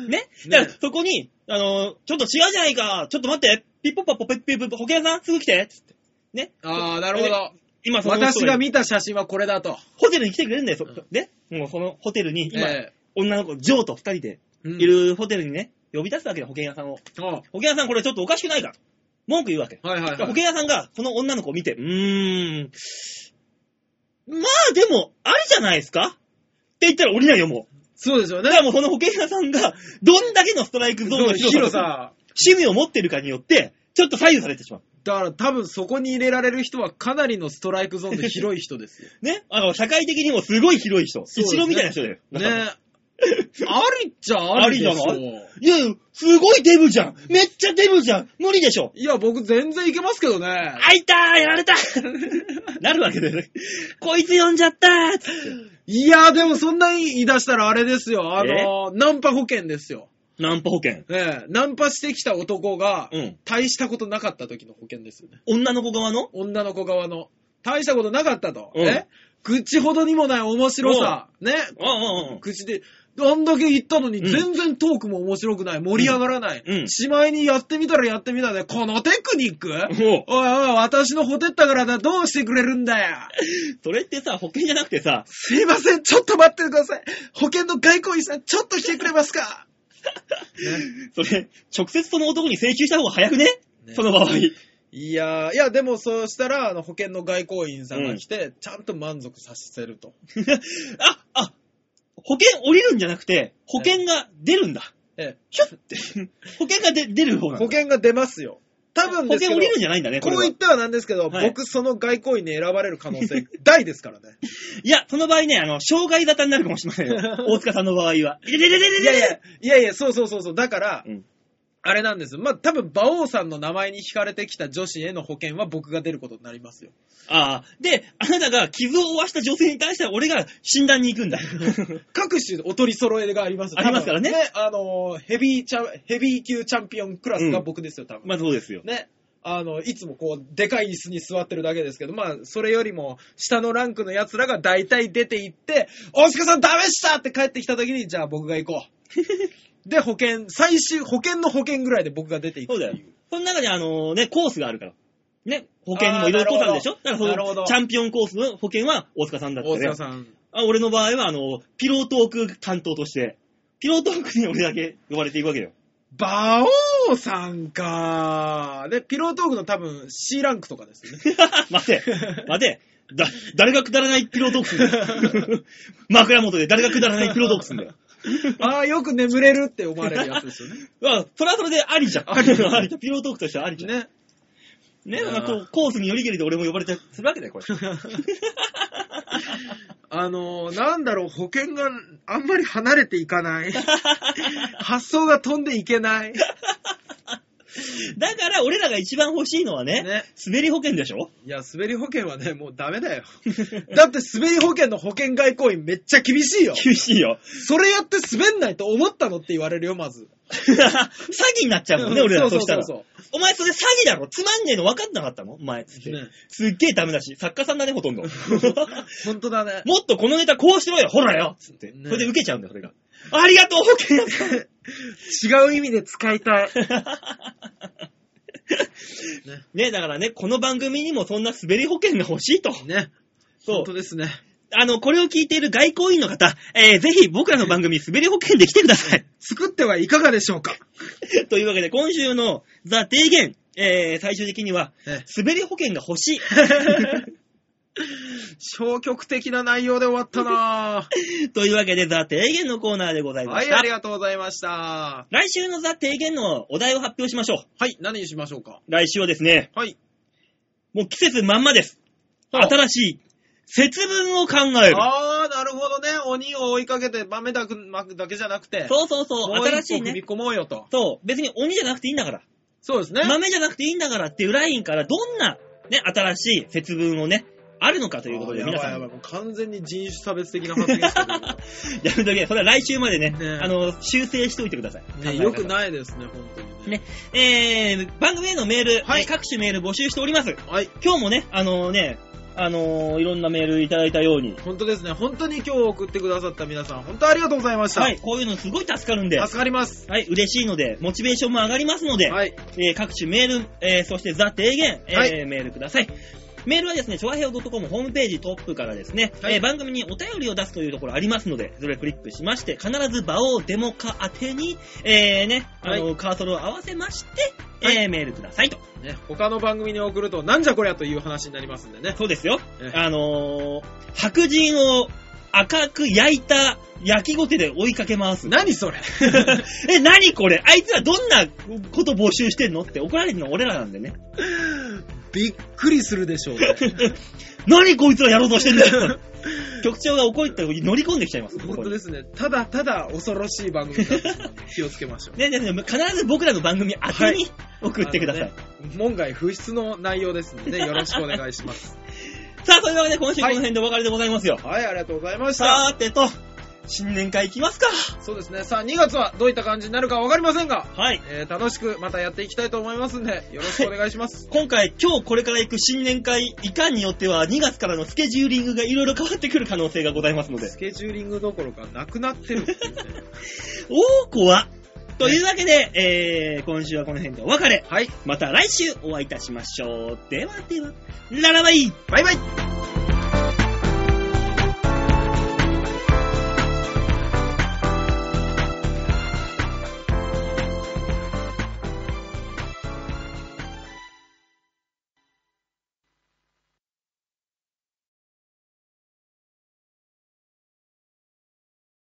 ね。だか
ね
ら、そこに、あのーちょっと違うじゃないか。ちょっと待って。ピッポッパッポペッピッポッポ保険屋さんすぐ来て。つって。ね。
ああ、なるほど。
今その人
私が見た写真はこれだと。
ホテルに来てくれるんだよ。そ
うん
ね。もうそのホテルに、今、
え
女の子、ジョーと二人で
えうん
いるホテルにね、呼び出すわけで保険屋さんを。
あ
保険屋さんこれちょっとおかしくないかと。文句言うわけ。
は
*laughs*
いはい
保
はい。
険屋さんがこの女の子を見て、うーん、まあでも、ありじゃないですかって言ったら降りないよ、もう。
そうですよ
だか。
ね
らもうその保険屋さんが、どんだけのストライクゾーンの
広
広さ、
さ。
趣味を持ってるかによって、ちょっと左右されてしまう。
だから多分そこに入れられる人はかなりのストライクゾーンで広い人ですよ。
ねあの、社会的にもすごい広い人。
そうで
一
すね
郎みたいな人だよ。
*laughs* ねありっちゃありでしょ
ありじいやいや、すごいデブじゃんめっちゃデブじゃん無理でしょ
いや、僕全然いけますけどね。
あいたーやられた *laughs* なるわけだよね。こいつ呼んじゃったーつって
いや、でもそんな言い出したらあれですよ。あの、ナンパ保険ですよ。
ナンパ保険。
ええナンパしてきた男が、
うん。
大したことなかった時の保険ですよね。
女の子側の
女の子側の。大したことなかったと。
うん
ね口ほどにもない面白さ。ね。
うんうんうん。
口で、あんだけ言ったのに
うん
全然トークも面白くない。盛り上がらない。
うん
しまいにやってみたらやってみたで、このテクニック
もう、
おいおい、私のほてった体どうしてくれるんだよ。
それってさ、保険じゃなくてさ、
すいません、ちょっと待ってください。保険の外交員さん、ちょっと来てくれますか。
それ、直接その男に請求した方が早くね
ね
その場合。 *laughs*
いやー、いや、でもそうしたら、あの、保険の外交員さんが来て、ちゃんと満足させると。
あ、あ、保険降りるんじゃなくて、保険が出るんだ。
ええ
キュッて。保険がで出る方なんだ
保険が出ますよ。多分
保
ですけ
険
ど
降り、るんじゃないんだね、これ
こう
は。
言
い
ってはなんですけど、
はい
僕その外交員に選ばれる可能性大ですからね。
や、その場合ね、あの、障害沙汰になるかもしれません
*laughs*
よ。大塚さんの場合は。いやいやいやいや
いや
い
い
や
や、いやいや、そうそうそうそう。だから、
うん
あれなんです。まあ、多分、馬王さんの名前に惹かれてきた女子への保険は僕が出ることにな
*laughs*
りますよ。
ああ。で、あなたが傷を負わした女性に対しては俺が診断に行くん
*laughs*
だ。
各種お取り揃えがあります。
ありますからね
多分あのーヘビーチャン、ヘビー級チャンピオンクラスが僕ですよ、多分。
まあそうですよ。
ね。あの、いつもこう、でかい椅子に座ってるだけですけど、まあ、それよりも、下のランクの奴らが大体出て行って、大塚さんダメしたって帰ってきた時に、じゃあ僕が行
*laughs*
こう。で、保険、最終、保険の保険ぐらいで僕が出ていく
そ
っ
う
てい
だよ。その中であのね、コースがあるから。ね、保険にもいろいろコースあるでしょだ
あ
か
ー
ら
なるほど
そのチャンピオンコースの保険は大塚さんだって
大
ね
塚。さん。
あ俺の場合はあの、ピロートーク担当として、ピロートークに俺だけ呼ばれていくわけよ。 *laughs*
馬王さんかで、ピロートークの多分 C ランクとかですね。
*laughs* 待て、待て。だ、誰がくだらないピロートークするんだよ。 *laughs* 枕元で誰がくだらないピロートークするんだよ。
ああ、よく眠れるって思われるやつですよね。
まあ、それはそれでありじゃん。ありじゃん。ピロートークとしてはありじゃん。
ね。
ね、
うん
まあ、こうコースによりけりで俺も呼ばれてするわけだよ、こ
*laughs*
れ。
あのーなんだろう、保険があんまり離れてい
*laughs*
かない。発想が飛んでいけない。
だから、俺らが一番欲しいのはね、
ね
滑り保険でしょ
いや、滑り保険はね、もうダメだよ。
*laughs*
だって滑り保険の保険外交員めっちゃ厳
*laughs*
しいよ。
厳しいよ。
それやって滑んないと思ったのって言われるよ、まず。
詐欺になっちゃうもんね、俺ら
そ
そうし
そ
た
う
ら。
そう
お前それ詐欺だろつまんねえの分かんなかったのお前。つって
ね
すっげえダメだし、作家さんだね、ほとんど。 *laughs*
そう。本当だね。
もっとこのネタこうしろよ、ほらよつって。
ね
それで受けちゃうんだよ、それが。ありがとう、保険やった
違う意味で使いたい。
*laughs* ね、だからね、この番組にもそんな滑り保険が欲しいと。
ね。
そ
本当
う。
ですね。
あの、これを聞いている外交員の方、えー、ぜひ僕らの番組、滑り保険で来てください。
作ってはいかがでしょうか
*laughs* というわけで、今週のザ・提言、えー、最終的には、
ね
滑り保険が欲しい。
*laughs* *laughs* 消極的な内容で終わったなぁ。
というわけで、ザ・提言のコーナーでございま
は
し
い、
た。
ありがとうございました。
来週のザ・提言のお題を発表しましょう。
はい、何にしましょうか
来週はですね、
はい。
もう季節まんまです。
ほう
新しい節分を考える。
ああ、なるほどね。鬼を追いかけて豆だく巻くだけじゃなくて、
そうそうそう、
もう
新
一
しい
歩踏み
ね。
込もうよと。
そう、別に鬼じゃなくていいんだから。
そうですね。
豆じゃなくていいんだからっていうラインから、どんな、ね、新しい節分をね、あるのかということで、
あー
皆さん、
や
や
ばいやばいもう完全に人種差別的な発言ですけ
めとけ。それは来週までね、
ね
あの、修正しておいてください。考
ど、ね、 *laughs*
え方
よくないですね、本当にね。
ねえー、番組へのメール、
はい
えー各種メール募集しております。
はい、
今日もね、あのね、あのーいろんなメールいただいたように、
本当ですね。本当に今日送ってくださった皆さん、本当ありがとうございました。
はい、こういうのすごい助かるんで、は
助かります。
い、嬉しいので、モチベーションも上がりますので、
はい。
えー各種メール、えーそしてザ提言、えー
はい
メールください。メールはですね、ちょわへよ .com ホームページトップからですね、
はい
えー番組にお便りを出すというところありますので、それをクリックしまして、必ず場をデモ化宛てに、えーね、あの、カーソルを合わせまして、えーメールくださいと。
ね、他の番組に送ると、なんじゃこりゃという話になりますんでね。
そうですよ
え。え
あのー白人を赤く焼いた焼きごてで追いかけ回す。
何それ
*laughs* え、何これあいつはどんなこと募集してんのって怒られるのは俺らなんでね。
*laughs* びっくりするでしょうね。
何こいつらやろうとしてんだよ局長が怒りって乗り込んできちゃいます。こ
*laughs* 本
こ
当
に
ですね。ただただ恐ろしい番組だったので気をつけましょう。
ねねね必ず僕らの番組宛てに送ってください。
あのね門外不出の内容です *laughs* ので、よろしくお願いします。
さあ、というわけで今週この辺でお別れでございますよ。
はい、ありがとうございました。
さーてと、新年会行きますか。
そうですね。さあ、2月はどういった感じになるかわかりませんが、
はい。
えー、楽しくまたやっていきたいと思いますんで、よろしくお願いします。
今回、今日これから行く新年会、いかんによっては2月からのスケジューリングがいろいろ変わってくる可能性がございますので
ス。ケジューリングどころかなくなってるっていうね。
おー、怖というわけで、えー、今週はこの辺でお別れ。
*laughs* はい。
また来週お会いいたしましょう。ではでは、ララバイ
バイバイ